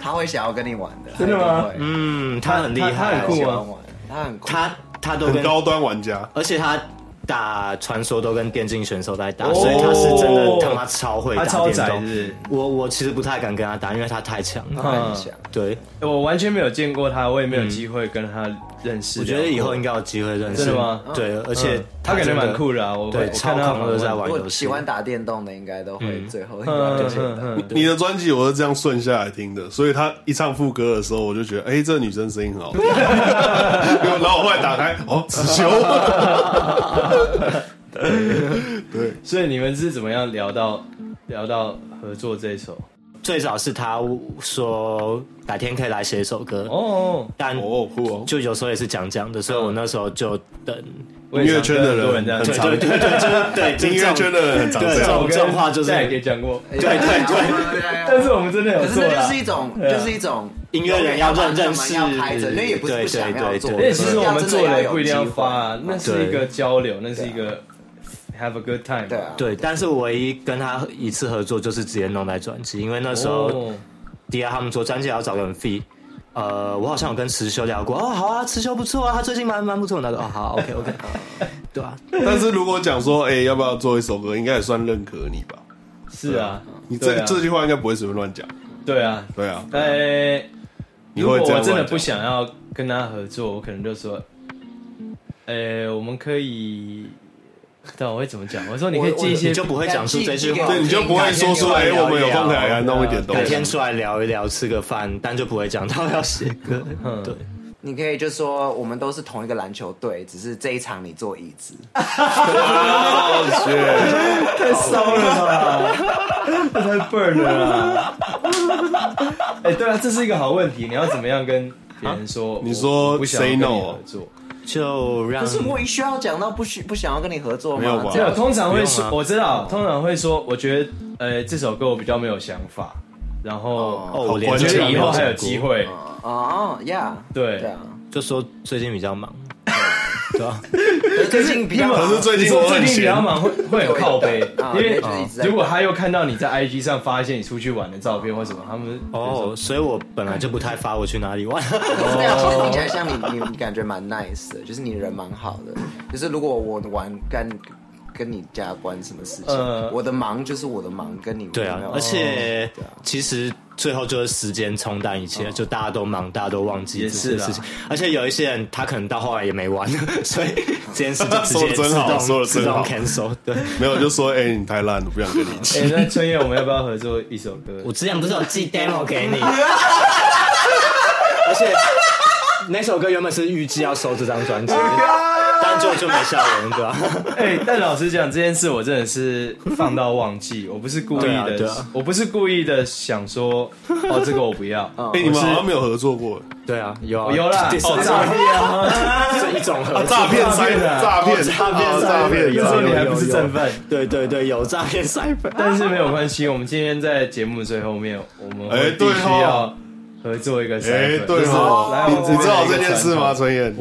[SPEAKER 5] 他会想要跟你玩的，
[SPEAKER 2] 真的吗
[SPEAKER 5] 他一定会
[SPEAKER 3] 嗯，他很厉害，
[SPEAKER 2] 他他很酷
[SPEAKER 5] 喜
[SPEAKER 2] 啊
[SPEAKER 5] 欢玩，他很酷
[SPEAKER 3] 他他都
[SPEAKER 1] 很
[SPEAKER 3] 跟，
[SPEAKER 1] 高端玩家。
[SPEAKER 3] 而且他打传说都跟电竞选手在打，
[SPEAKER 2] 哦
[SPEAKER 3] 所以他是真的他妈超会打
[SPEAKER 2] 他超
[SPEAKER 3] 电
[SPEAKER 2] 宅
[SPEAKER 3] 动
[SPEAKER 2] 是不是。
[SPEAKER 3] 我我其实不太敢跟他打，因为他太强了。
[SPEAKER 2] 嗯
[SPEAKER 5] 他很想。
[SPEAKER 3] 对，
[SPEAKER 2] 我完全没有见过他，我也没有机会跟他认识。
[SPEAKER 3] 我觉得以后应该有机会认识。
[SPEAKER 2] 真的吗？
[SPEAKER 3] 对，
[SPEAKER 2] 嗯，
[SPEAKER 3] 而且
[SPEAKER 2] 他感觉
[SPEAKER 3] 真的
[SPEAKER 2] 蛮酷的啊。我
[SPEAKER 3] 对
[SPEAKER 2] 我
[SPEAKER 3] 超
[SPEAKER 2] 看他
[SPEAKER 3] 狂热在玩
[SPEAKER 5] 如
[SPEAKER 3] 游
[SPEAKER 5] 果
[SPEAKER 3] 戏
[SPEAKER 5] 喜。欢打电动的，应该都会最后
[SPEAKER 2] 嗯
[SPEAKER 5] 一关就
[SPEAKER 2] 嗯
[SPEAKER 5] 见
[SPEAKER 2] 嗯
[SPEAKER 5] 到。
[SPEAKER 2] 嗯，
[SPEAKER 1] 你的专辑我是这样顺下来听的，所以他一唱副歌的时候，我就觉得，哎、这女生声音很好听。 *laughs* 然后我后来打开，哦，子修，
[SPEAKER 2] 所以你们是怎么样聊到聊到合作这一首？
[SPEAKER 3] 最早是他说改天可以来写一首歌，
[SPEAKER 2] 哦，
[SPEAKER 3] 但
[SPEAKER 1] *laughs* 哦，酷哦，
[SPEAKER 3] 就有时候也是讲讲的，所以我那时候就等
[SPEAKER 1] 音乐圈的人很
[SPEAKER 2] 对
[SPEAKER 1] 常
[SPEAKER 2] 对对 *laughs*
[SPEAKER 3] 对
[SPEAKER 1] *laughs*
[SPEAKER 3] 对，
[SPEAKER 1] 音乐圈的人很常这样
[SPEAKER 3] 这种话就是
[SPEAKER 2] 戴给讲过，
[SPEAKER 3] 对对对，
[SPEAKER 2] 但是我们真的有
[SPEAKER 5] 可是
[SPEAKER 2] 做
[SPEAKER 5] 那
[SPEAKER 2] 啦，
[SPEAKER 5] 就是一种，就是一种
[SPEAKER 3] 音乐人要认认识
[SPEAKER 5] 要拍着，那也不是不想要做，
[SPEAKER 2] 而且其实我们做
[SPEAKER 5] 了
[SPEAKER 2] 了也不一定要发啊，那是一
[SPEAKER 5] 对
[SPEAKER 2] 个交流，那是一个 have a good time。对啊，
[SPEAKER 3] 对，但是我唯一跟他一次合作就是直接弄在专辑，因为那时候
[SPEAKER 2] 哦
[SPEAKER 3] D R 他们做专辑要找人 fee，呃，我好像有跟池修聊过，哦，好啊，池修不错啊，他最近蛮蛮不错的，哦，好，OK OK，对啊，
[SPEAKER 1] 但是如果讲说，哎、要不要做一首歌，应该也算认可你吧？
[SPEAKER 2] 是啊，
[SPEAKER 1] 你这、
[SPEAKER 2] 对啊
[SPEAKER 1] 这句话应该不会随便乱讲。
[SPEAKER 2] 对啊，
[SPEAKER 1] 对啊，
[SPEAKER 2] 呃，
[SPEAKER 1] 你
[SPEAKER 2] 如
[SPEAKER 1] 会
[SPEAKER 2] 果
[SPEAKER 1] 这样
[SPEAKER 2] 我真的
[SPEAKER 1] 乱
[SPEAKER 2] 不想要跟他合作，我可能就说，呃，我们可以，但我会怎么讲？我说你可以寄一些，
[SPEAKER 3] 你就不会讲出这句话，
[SPEAKER 1] 对你就不会说出来哎我们有空可以来弄一点东西
[SPEAKER 3] 改天出来聊一聊，吃个饭，但就不会讲到要写歌，对。
[SPEAKER 5] 你可以就说我们都是同一个篮球队，只是这一场你坐椅子。
[SPEAKER 1] 哦
[SPEAKER 2] 太骚了吧，这 *laughs* 太笨了啦。 *laughs* 哎，对啊，这是一个好问题，你要怎么样跟别人说？
[SPEAKER 1] 你说
[SPEAKER 2] 我不想要
[SPEAKER 1] say
[SPEAKER 2] 跟你
[SPEAKER 1] no
[SPEAKER 2] 合作。
[SPEAKER 3] 就让
[SPEAKER 5] 可是我一需要讲到不需不想要跟你合作吗？
[SPEAKER 2] 没有，通常会
[SPEAKER 5] 是
[SPEAKER 2] 说，我知道，通常会说，我觉得，呃，这首歌我比较没有想法，然后
[SPEAKER 3] 哦我连
[SPEAKER 2] 我觉
[SPEAKER 3] 这个
[SPEAKER 2] 得以
[SPEAKER 3] 没有
[SPEAKER 2] 后还有
[SPEAKER 3] 想过
[SPEAKER 2] 机会，
[SPEAKER 5] 哦，Yeah，
[SPEAKER 2] 对，
[SPEAKER 3] 就说最近比较忙，对吧？
[SPEAKER 5] 最近比较忙
[SPEAKER 2] 可是最近
[SPEAKER 5] 我
[SPEAKER 2] 最
[SPEAKER 5] 很闲
[SPEAKER 2] 近比较忙，会会很靠背，
[SPEAKER 5] 啊
[SPEAKER 2] 因为
[SPEAKER 5] 就是一直在
[SPEAKER 2] 如果他又看到你在 IG 上发一些你出去玩的照片或什么，他们
[SPEAKER 3] 哦，所以我本来就不太发我去哪里玩。
[SPEAKER 2] 哦
[SPEAKER 5] 这样啊其实听起来像你，你你感觉蛮 nice 的，就是你人蛮好的。就是如果我玩跟跟你家关什么事情，
[SPEAKER 3] 呃
[SPEAKER 5] 我的忙就是我的忙，跟你
[SPEAKER 3] 对
[SPEAKER 5] 没
[SPEAKER 3] 啊
[SPEAKER 5] 有，
[SPEAKER 3] 而
[SPEAKER 2] 哦
[SPEAKER 3] 且
[SPEAKER 2] 啊
[SPEAKER 3] 其实最后就是时间冲淡一切，就大家都忙，大家都忘记
[SPEAKER 2] 也
[SPEAKER 3] 这
[SPEAKER 2] 是
[SPEAKER 3] 件
[SPEAKER 2] 啦
[SPEAKER 3] 事情。而且有一些人他可能到后来也没玩， *laughs* 所以这件事
[SPEAKER 2] *laughs*
[SPEAKER 3] 就直
[SPEAKER 1] 说
[SPEAKER 3] 接
[SPEAKER 1] 的
[SPEAKER 3] 自
[SPEAKER 1] 真好，
[SPEAKER 3] 动
[SPEAKER 1] 说的
[SPEAKER 3] 自
[SPEAKER 1] 真
[SPEAKER 3] 动
[SPEAKER 1] 好
[SPEAKER 3] cancel。对，
[SPEAKER 1] 没有就说，哎、你太烂了，不想跟你一起。
[SPEAKER 2] 哎，那春燕，我们要不要合作一首歌？
[SPEAKER 3] 我之前不是有寄 demo 给你， *laughs* 而且那首歌原本是预计要收这张专
[SPEAKER 2] Oh
[SPEAKER 3] 辑，但就就没下文，对吧？ *laughs*
[SPEAKER 2] 哎、但老实讲，这件事我真的是放到忘记，我不是故意
[SPEAKER 3] 对啊
[SPEAKER 2] 的，
[SPEAKER 3] 对啊
[SPEAKER 2] 我不是故意的想说，哦，这个我不要。哎
[SPEAKER 1] 哎、你们好像没有合作过，
[SPEAKER 3] 对啊，有啊
[SPEAKER 2] 有啦，
[SPEAKER 3] 第三
[SPEAKER 2] 哦，
[SPEAKER 3] 张
[SPEAKER 2] 诈骗
[SPEAKER 3] *laughs*
[SPEAKER 2] 啊，
[SPEAKER 3] 是一种合作
[SPEAKER 1] 啊诈骗塞诈骗
[SPEAKER 3] 诈骗
[SPEAKER 1] 诈骗
[SPEAKER 3] 有
[SPEAKER 2] 那时候你还
[SPEAKER 3] 有
[SPEAKER 2] 不是
[SPEAKER 3] 有
[SPEAKER 2] 正犯，
[SPEAKER 3] 对对对，有诈骗 cyber，
[SPEAKER 2] 但是没有关系，我们今天在节目最后面，我们
[SPEAKER 1] 哎
[SPEAKER 2] 会必
[SPEAKER 1] 对
[SPEAKER 2] 须
[SPEAKER 1] 哦
[SPEAKER 2] 要合作一个
[SPEAKER 1] 哎、对
[SPEAKER 2] cyber，就是
[SPEAKER 1] 哦，
[SPEAKER 2] 来我们
[SPEAKER 1] 你知道
[SPEAKER 2] 边有一个
[SPEAKER 1] 这件事吗，
[SPEAKER 2] 传统？
[SPEAKER 1] 春燕？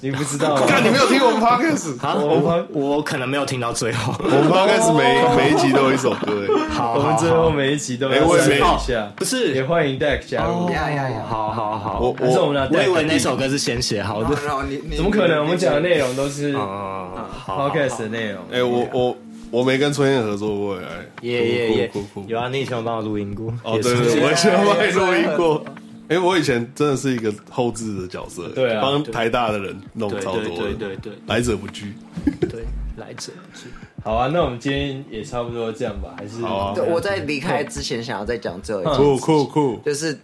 [SPEAKER 2] 你不知
[SPEAKER 1] *laughs*
[SPEAKER 2] 道吗？啊
[SPEAKER 1] 看你没有听我们 podcast，
[SPEAKER 3] 啊，
[SPEAKER 2] 我
[SPEAKER 3] 我我可能没有听到最后，
[SPEAKER 1] 我们 podcast 每每一集都有一首歌、哎。
[SPEAKER 3] 好，
[SPEAKER 2] 我们最后每一集都
[SPEAKER 1] 哎
[SPEAKER 2] 要
[SPEAKER 1] 我也
[SPEAKER 2] 整理
[SPEAKER 1] 没
[SPEAKER 2] 一下，
[SPEAKER 3] 不是
[SPEAKER 2] 也欢迎 Deck 加入。
[SPEAKER 5] 呀呀呀！
[SPEAKER 3] 好好好，
[SPEAKER 1] 我
[SPEAKER 2] 还是我
[SPEAKER 1] 我
[SPEAKER 2] 们俩
[SPEAKER 3] 我
[SPEAKER 2] Deck
[SPEAKER 3] 以为那首歌是先写好的，
[SPEAKER 5] 哦然后你你
[SPEAKER 2] 怎么可能？我们讲的内容都是
[SPEAKER 3] 哦，好，
[SPEAKER 2] podcast 的内容。
[SPEAKER 1] 哎、我我我没跟春燕合作过哎、
[SPEAKER 3] 耶耶耶
[SPEAKER 1] 酷酷酷，
[SPEAKER 3] 有啊，你以前有帮我录音过，
[SPEAKER 1] 哦
[SPEAKER 3] 也
[SPEAKER 1] 对
[SPEAKER 3] 是
[SPEAKER 1] 对，我以前卖录音
[SPEAKER 2] *laughs*
[SPEAKER 1] 过。哎、我以前真的是一个后置的角色，
[SPEAKER 2] 对啊
[SPEAKER 1] 帮台大的人弄
[SPEAKER 3] 对
[SPEAKER 1] 超
[SPEAKER 3] 对
[SPEAKER 1] 多的，
[SPEAKER 3] 对对对
[SPEAKER 1] 来者不拒。
[SPEAKER 3] 对，来者
[SPEAKER 2] 好啊，那我们今天也差不多这样吧，还是
[SPEAKER 1] 好啊
[SPEAKER 5] 对我在离开之前想要再讲
[SPEAKER 2] 嗯
[SPEAKER 5] 最后一件
[SPEAKER 1] 酷酷酷！
[SPEAKER 5] 就是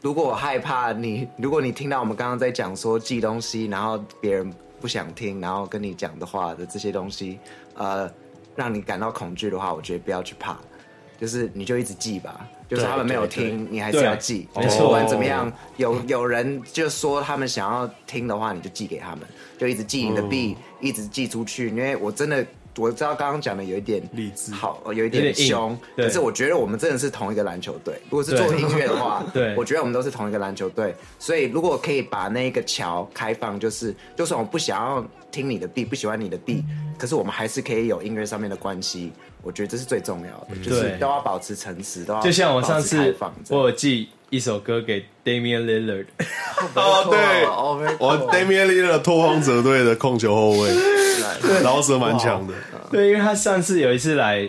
[SPEAKER 5] 如果我害怕你，如果你听到我们刚刚在讲说寄东西，然后别人不想听，然后跟你讲的话的这些东西，呃，让你感到恐惧的话，我觉得不要去怕，就是你就一直寄吧。就是他们没有听，你还是要寄。
[SPEAKER 2] 对哦
[SPEAKER 5] 就
[SPEAKER 2] 没
[SPEAKER 5] 是
[SPEAKER 2] 错
[SPEAKER 5] 不管怎么样，有有人就说他们想要听的话，你就寄给他们，就一直寄
[SPEAKER 2] 哦
[SPEAKER 5] 你的币，一直寄出去。因为我真的我知道刚刚讲的有一点
[SPEAKER 1] 励志
[SPEAKER 5] 好，呃有一
[SPEAKER 2] 有
[SPEAKER 5] 点
[SPEAKER 2] 点硬
[SPEAKER 5] 凶，
[SPEAKER 2] 对
[SPEAKER 5] 可是我觉得我们真的是同一个篮球队。如果是做
[SPEAKER 2] 对
[SPEAKER 5] 音乐的话，
[SPEAKER 2] *laughs* 对
[SPEAKER 5] 我觉得我们都是同一个篮球队，所以如果可以把那个桥开放，就是就算我不想要听你的 B，不喜欢你的 B，
[SPEAKER 2] 嗯
[SPEAKER 5] 可是我们还是可以有音乐上面的关系。我觉得这是最重要的，就
[SPEAKER 2] 嗯
[SPEAKER 5] 是
[SPEAKER 2] 对
[SPEAKER 5] 都要保持诚实，都要
[SPEAKER 2] 就像我上
[SPEAKER 5] 保持
[SPEAKER 2] 次
[SPEAKER 5] 开放这样
[SPEAKER 2] 我有寄一首歌给 Damian Lillard，
[SPEAKER 1] 哦，对，
[SPEAKER 5] 哦没错
[SPEAKER 1] 我 Damian l i l l a 拓荒者队的控球后卫，
[SPEAKER 2] *laughs*
[SPEAKER 1] 饶舌蛮强的，
[SPEAKER 2] 对，因为他上次有一次来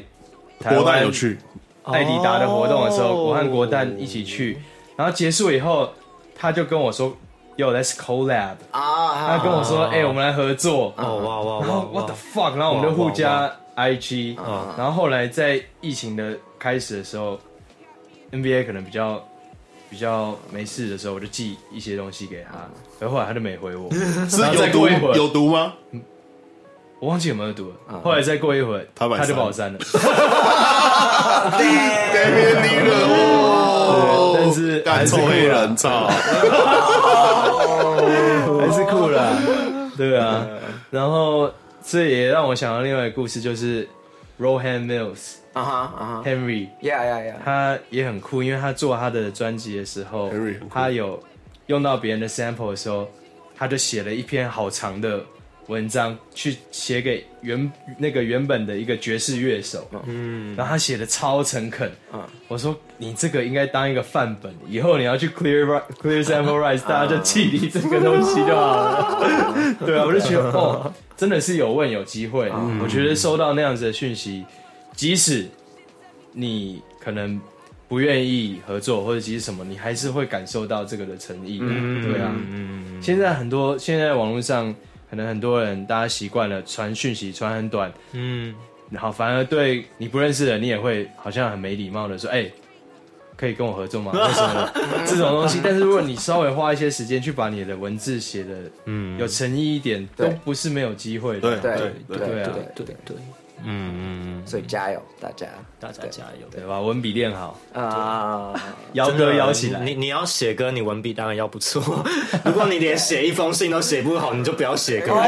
[SPEAKER 2] 台
[SPEAKER 1] 国蛋
[SPEAKER 2] 湾
[SPEAKER 1] 有去，
[SPEAKER 2] 艾迪达的活动的时候，我和国蛋一起去，然后结束以后，他就跟我说，Yo let's collab，
[SPEAKER 5] 啊，
[SPEAKER 2] 他跟我说，哎，我们来合作，
[SPEAKER 3] 哦哇哇
[SPEAKER 2] 然
[SPEAKER 3] 哇
[SPEAKER 2] 后 what the fuck，然后我们就互加 IG，然后后来在疫情的开始的时候，NBA 可能比较比较没事的时候，我就寄一些东西给他，然后后来他就没 *laughs* 回我，
[SPEAKER 1] 是
[SPEAKER 2] 然后
[SPEAKER 1] 有
[SPEAKER 2] 再过一会
[SPEAKER 1] 毒
[SPEAKER 2] 儿
[SPEAKER 1] 有毒吗？
[SPEAKER 2] 我忘记有没有读了，后来再过一会儿
[SPEAKER 1] 他把你
[SPEAKER 2] 啊他就
[SPEAKER 1] 删
[SPEAKER 2] 把我 *laughs* 删了，
[SPEAKER 1] Damian l i l l a 哦，
[SPEAKER 2] 对
[SPEAKER 1] 干
[SPEAKER 2] 但是还是
[SPEAKER 1] 臭黑人操，
[SPEAKER 2] 还是酷了， *laughs* 对啊，然后这也让我想到另外一个故事，就是 Rohan Mills
[SPEAKER 6] 啊哈啊哈
[SPEAKER 2] Henry，
[SPEAKER 6] ，Yeah Yeah Yeah，
[SPEAKER 2] 他也很酷，因为他做他的专辑的时候，他有用到别人的 sample 的时候，他就写了一篇好长的文章，去写给原那个原本的一个爵士乐手，嗯，然后他写的超诚恳，我说你这个应该当一个范本，以后你要去 clear ri- clear sample *laughs* rise，大家就气你这个东西就好 *laughs* 了，对啊，我就嗯觉得哦，真的是有问有机会，我觉得收到那样子的讯息，即使你可能不愿意合作或者其实什么，你还是会感受到这个的诚意。
[SPEAKER 3] 嗯
[SPEAKER 2] 对啊，现在很多现在网络上可能很多人大家习惯了传讯息传很短，
[SPEAKER 3] 嗯，
[SPEAKER 2] 然后反而对你不认识的人，你也会好像很没礼貌的说，哎、可以跟我合
[SPEAKER 3] *laughs*
[SPEAKER 2] 作吗？为什么这种东西？但是如果你稍微花一些时间去把你的文字写的，嗯，有诚意一点，都
[SPEAKER 6] 对
[SPEAKER 2] 不是没有机会
[SPEAKER 11] 对
[SPEAKER 2] 的。对
[SPEAKER 6] 对对
[SPEAKER 2] 啊，
[SPEAKER 6] 对对对，
[SPEAKER 3] 嗯嗯，
[SPEAKER 6] 所以加油大家
[SPEAKER 3] 大家加油！
[SPEAKER 2] 对吧？文笔练好，
[SPEAKER 6] 啊！
[SPEAKER 2] 姚
[SPEAKER 3] 真的
[SPEAKER 2] 哥邀起来。
[SPEAKER 3] 你你要写歌，你文笔当然要不错。 *laughs* 如果你连写一封信都写不好，你就不要写歌。搞不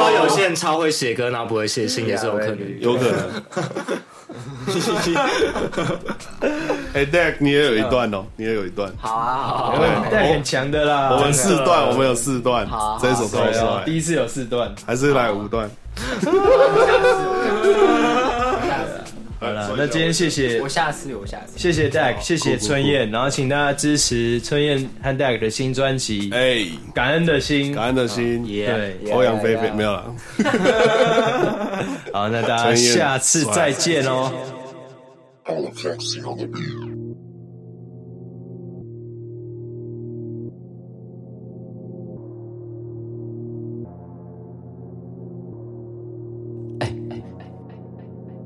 [SPEAKER 3] 好有些人超会写歌，然后不会写信也是有可能的。
[SPEAKER 11] 有可能。 *laughs* 哎、d a c k 你也有一段哦，你也有一段。
[SPEAKER 6] 好啊好
[SPEAKER 2] 哦
[SPEAKER 6] 啊，
[SPEAKER 2] 但很强的啦，
[SPEAKER 11] 我们四段，我们有四段
[SPEAKER 6] 好，
[SPEAKER 11] 这一首超
[SPEAKER 2] 对哦
[SPEAKER 11] 帅，
[SPEAKER 2] 第一次有四段。
[SPEAKER 11] 还是来五段。
[SPEAKER 2] 好了，那今天谢谢
[SPEAKER 5] 我下次我下次。
[SPEAKER 2] 谢谢 Dag，谢谢
[SPEAKER 11] 嗯酷酷
[SPEAKER 2] 春燕，然后请大家支持春燕和 Dag 的新专辑，哎，感恩的心，
[SPEAKER 11] 感恩的心，
[SPEAKER 2] 对，
[SPEAKER 11] 欧阳菲菲没有了。
[SPEAKER 2] 好，那大家下次再见哦。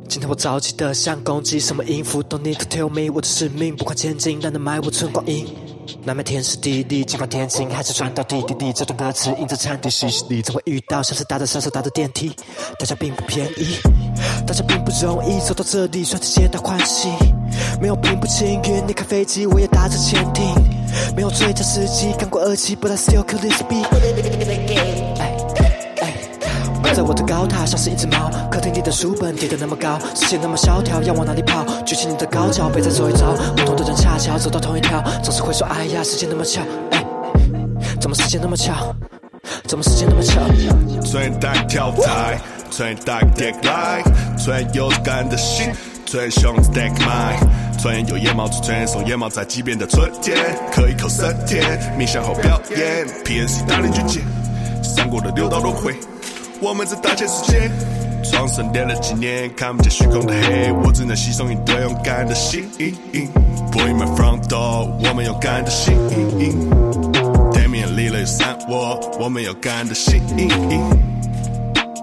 [SPEAKER 12] 今天我着急的像公鸡，什么音符都 need to tell me，我的使命不管前进，但能埋我寸光阴。南面天时地利，尽管天晴，还是传到地底里。这段歌词印在餐厅信息里，总会遇到像是搭着上手搭的电梯，大家并不便宜，大家并不容易走到这里，算是皆大欢喜。没有平步青云，你开飞机，我也搭着潜艇。没有最佳时机，看过二期，but I still kill this beat。哎我在我的高塔像是一只猫，客厅里的书本叠得那么高，视线那么萧条，要往哪里跑？举起你的高脚，别再走一遭。不同的人恰巧走到同一条，总是会说哎呀，时间那么巧，哎，怎么时间那么巧？怎么时间那么巧？
[SPEAKER 1] 最大跳台，最大 get light，最有感的心，最凶 stack mind。传言有夜猫子，传言送夜猫在即便的春天，可以口三天，冥想后表演。PS 大邻居见，三国的六道轮回，我们在大千世界。装神练了几年，看不见虚空的黑，我只能吸收你对勇敢的心。Boy my front door，我们勇敢的心。Damian 立了有三窝，我们有感的吸引力，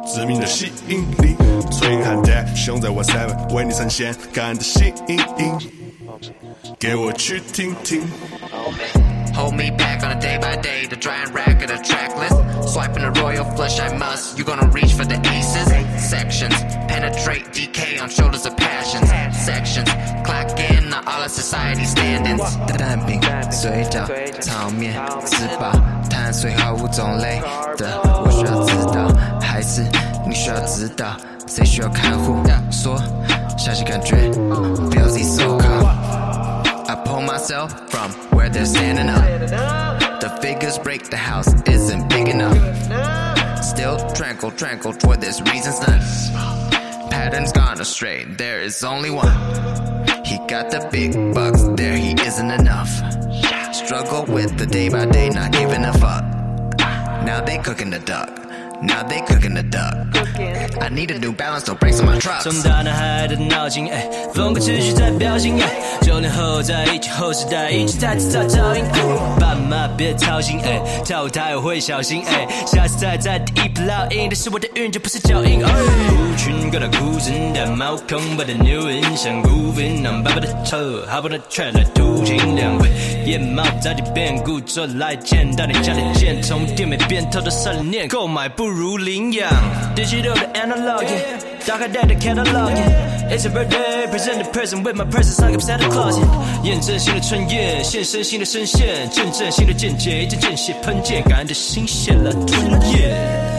[SPEAKER 1] 致命的吸引力。崔银汉 Dad 凶在 One Seven 为你呈现感的吸引力，给我去听听。
[SPEAKER 13] Hold me back on a day by day to try and rack at a track list. Swiping the royal flush, I must. You gonna reach for the aces. Sections penetrate DK on shoulders of passions. Sections clock in the all of society standings.
[SPEAKER 5] 蛋饼、水饺、炒面，吃饱，碳水化物种类的，我需要知道，还是你需要指导？谁需要看护？说，相信感觉，Busy so calm。I pull myself from where they're standing up. The figures break the house isn't big enough. Still tranquil, tranquil for this reason's none. Pattern's gone astray, there is only one. He got the big bucks, there he isn't enough. Struggle with the day by day, not giving a fuck. Now they cooking the duck. Now they cooking the duck. I need a new balance, no brakes on my trucks.
[SPEAKER 14] 从大男孩的脑筋，哎，风格持续在飙升，哎，九零后在一起后时代，一直在制造噪音，哎，爸妈别操心，哎，跳舞台我会小心，哎，下次再在第一步烙印，但是我的运就不是脚印，哎，舞群搞到孤身的毛孔，把的牛人像孤云，让爸爸的车，好不的 t r a 来途径两位，夜猫早点变故，这来见到你家里见，从店美变偷的善念，购买不如领养，digital 的 analog。打开 d a t a catalog，
[SPEAKER 2] It's a birthday, present the present with my presents like I'm Santa Claus. yeah 验证新的春夜，现身新的声线，见证新的见解，一针见血喷溅，感恩的心写了春夜。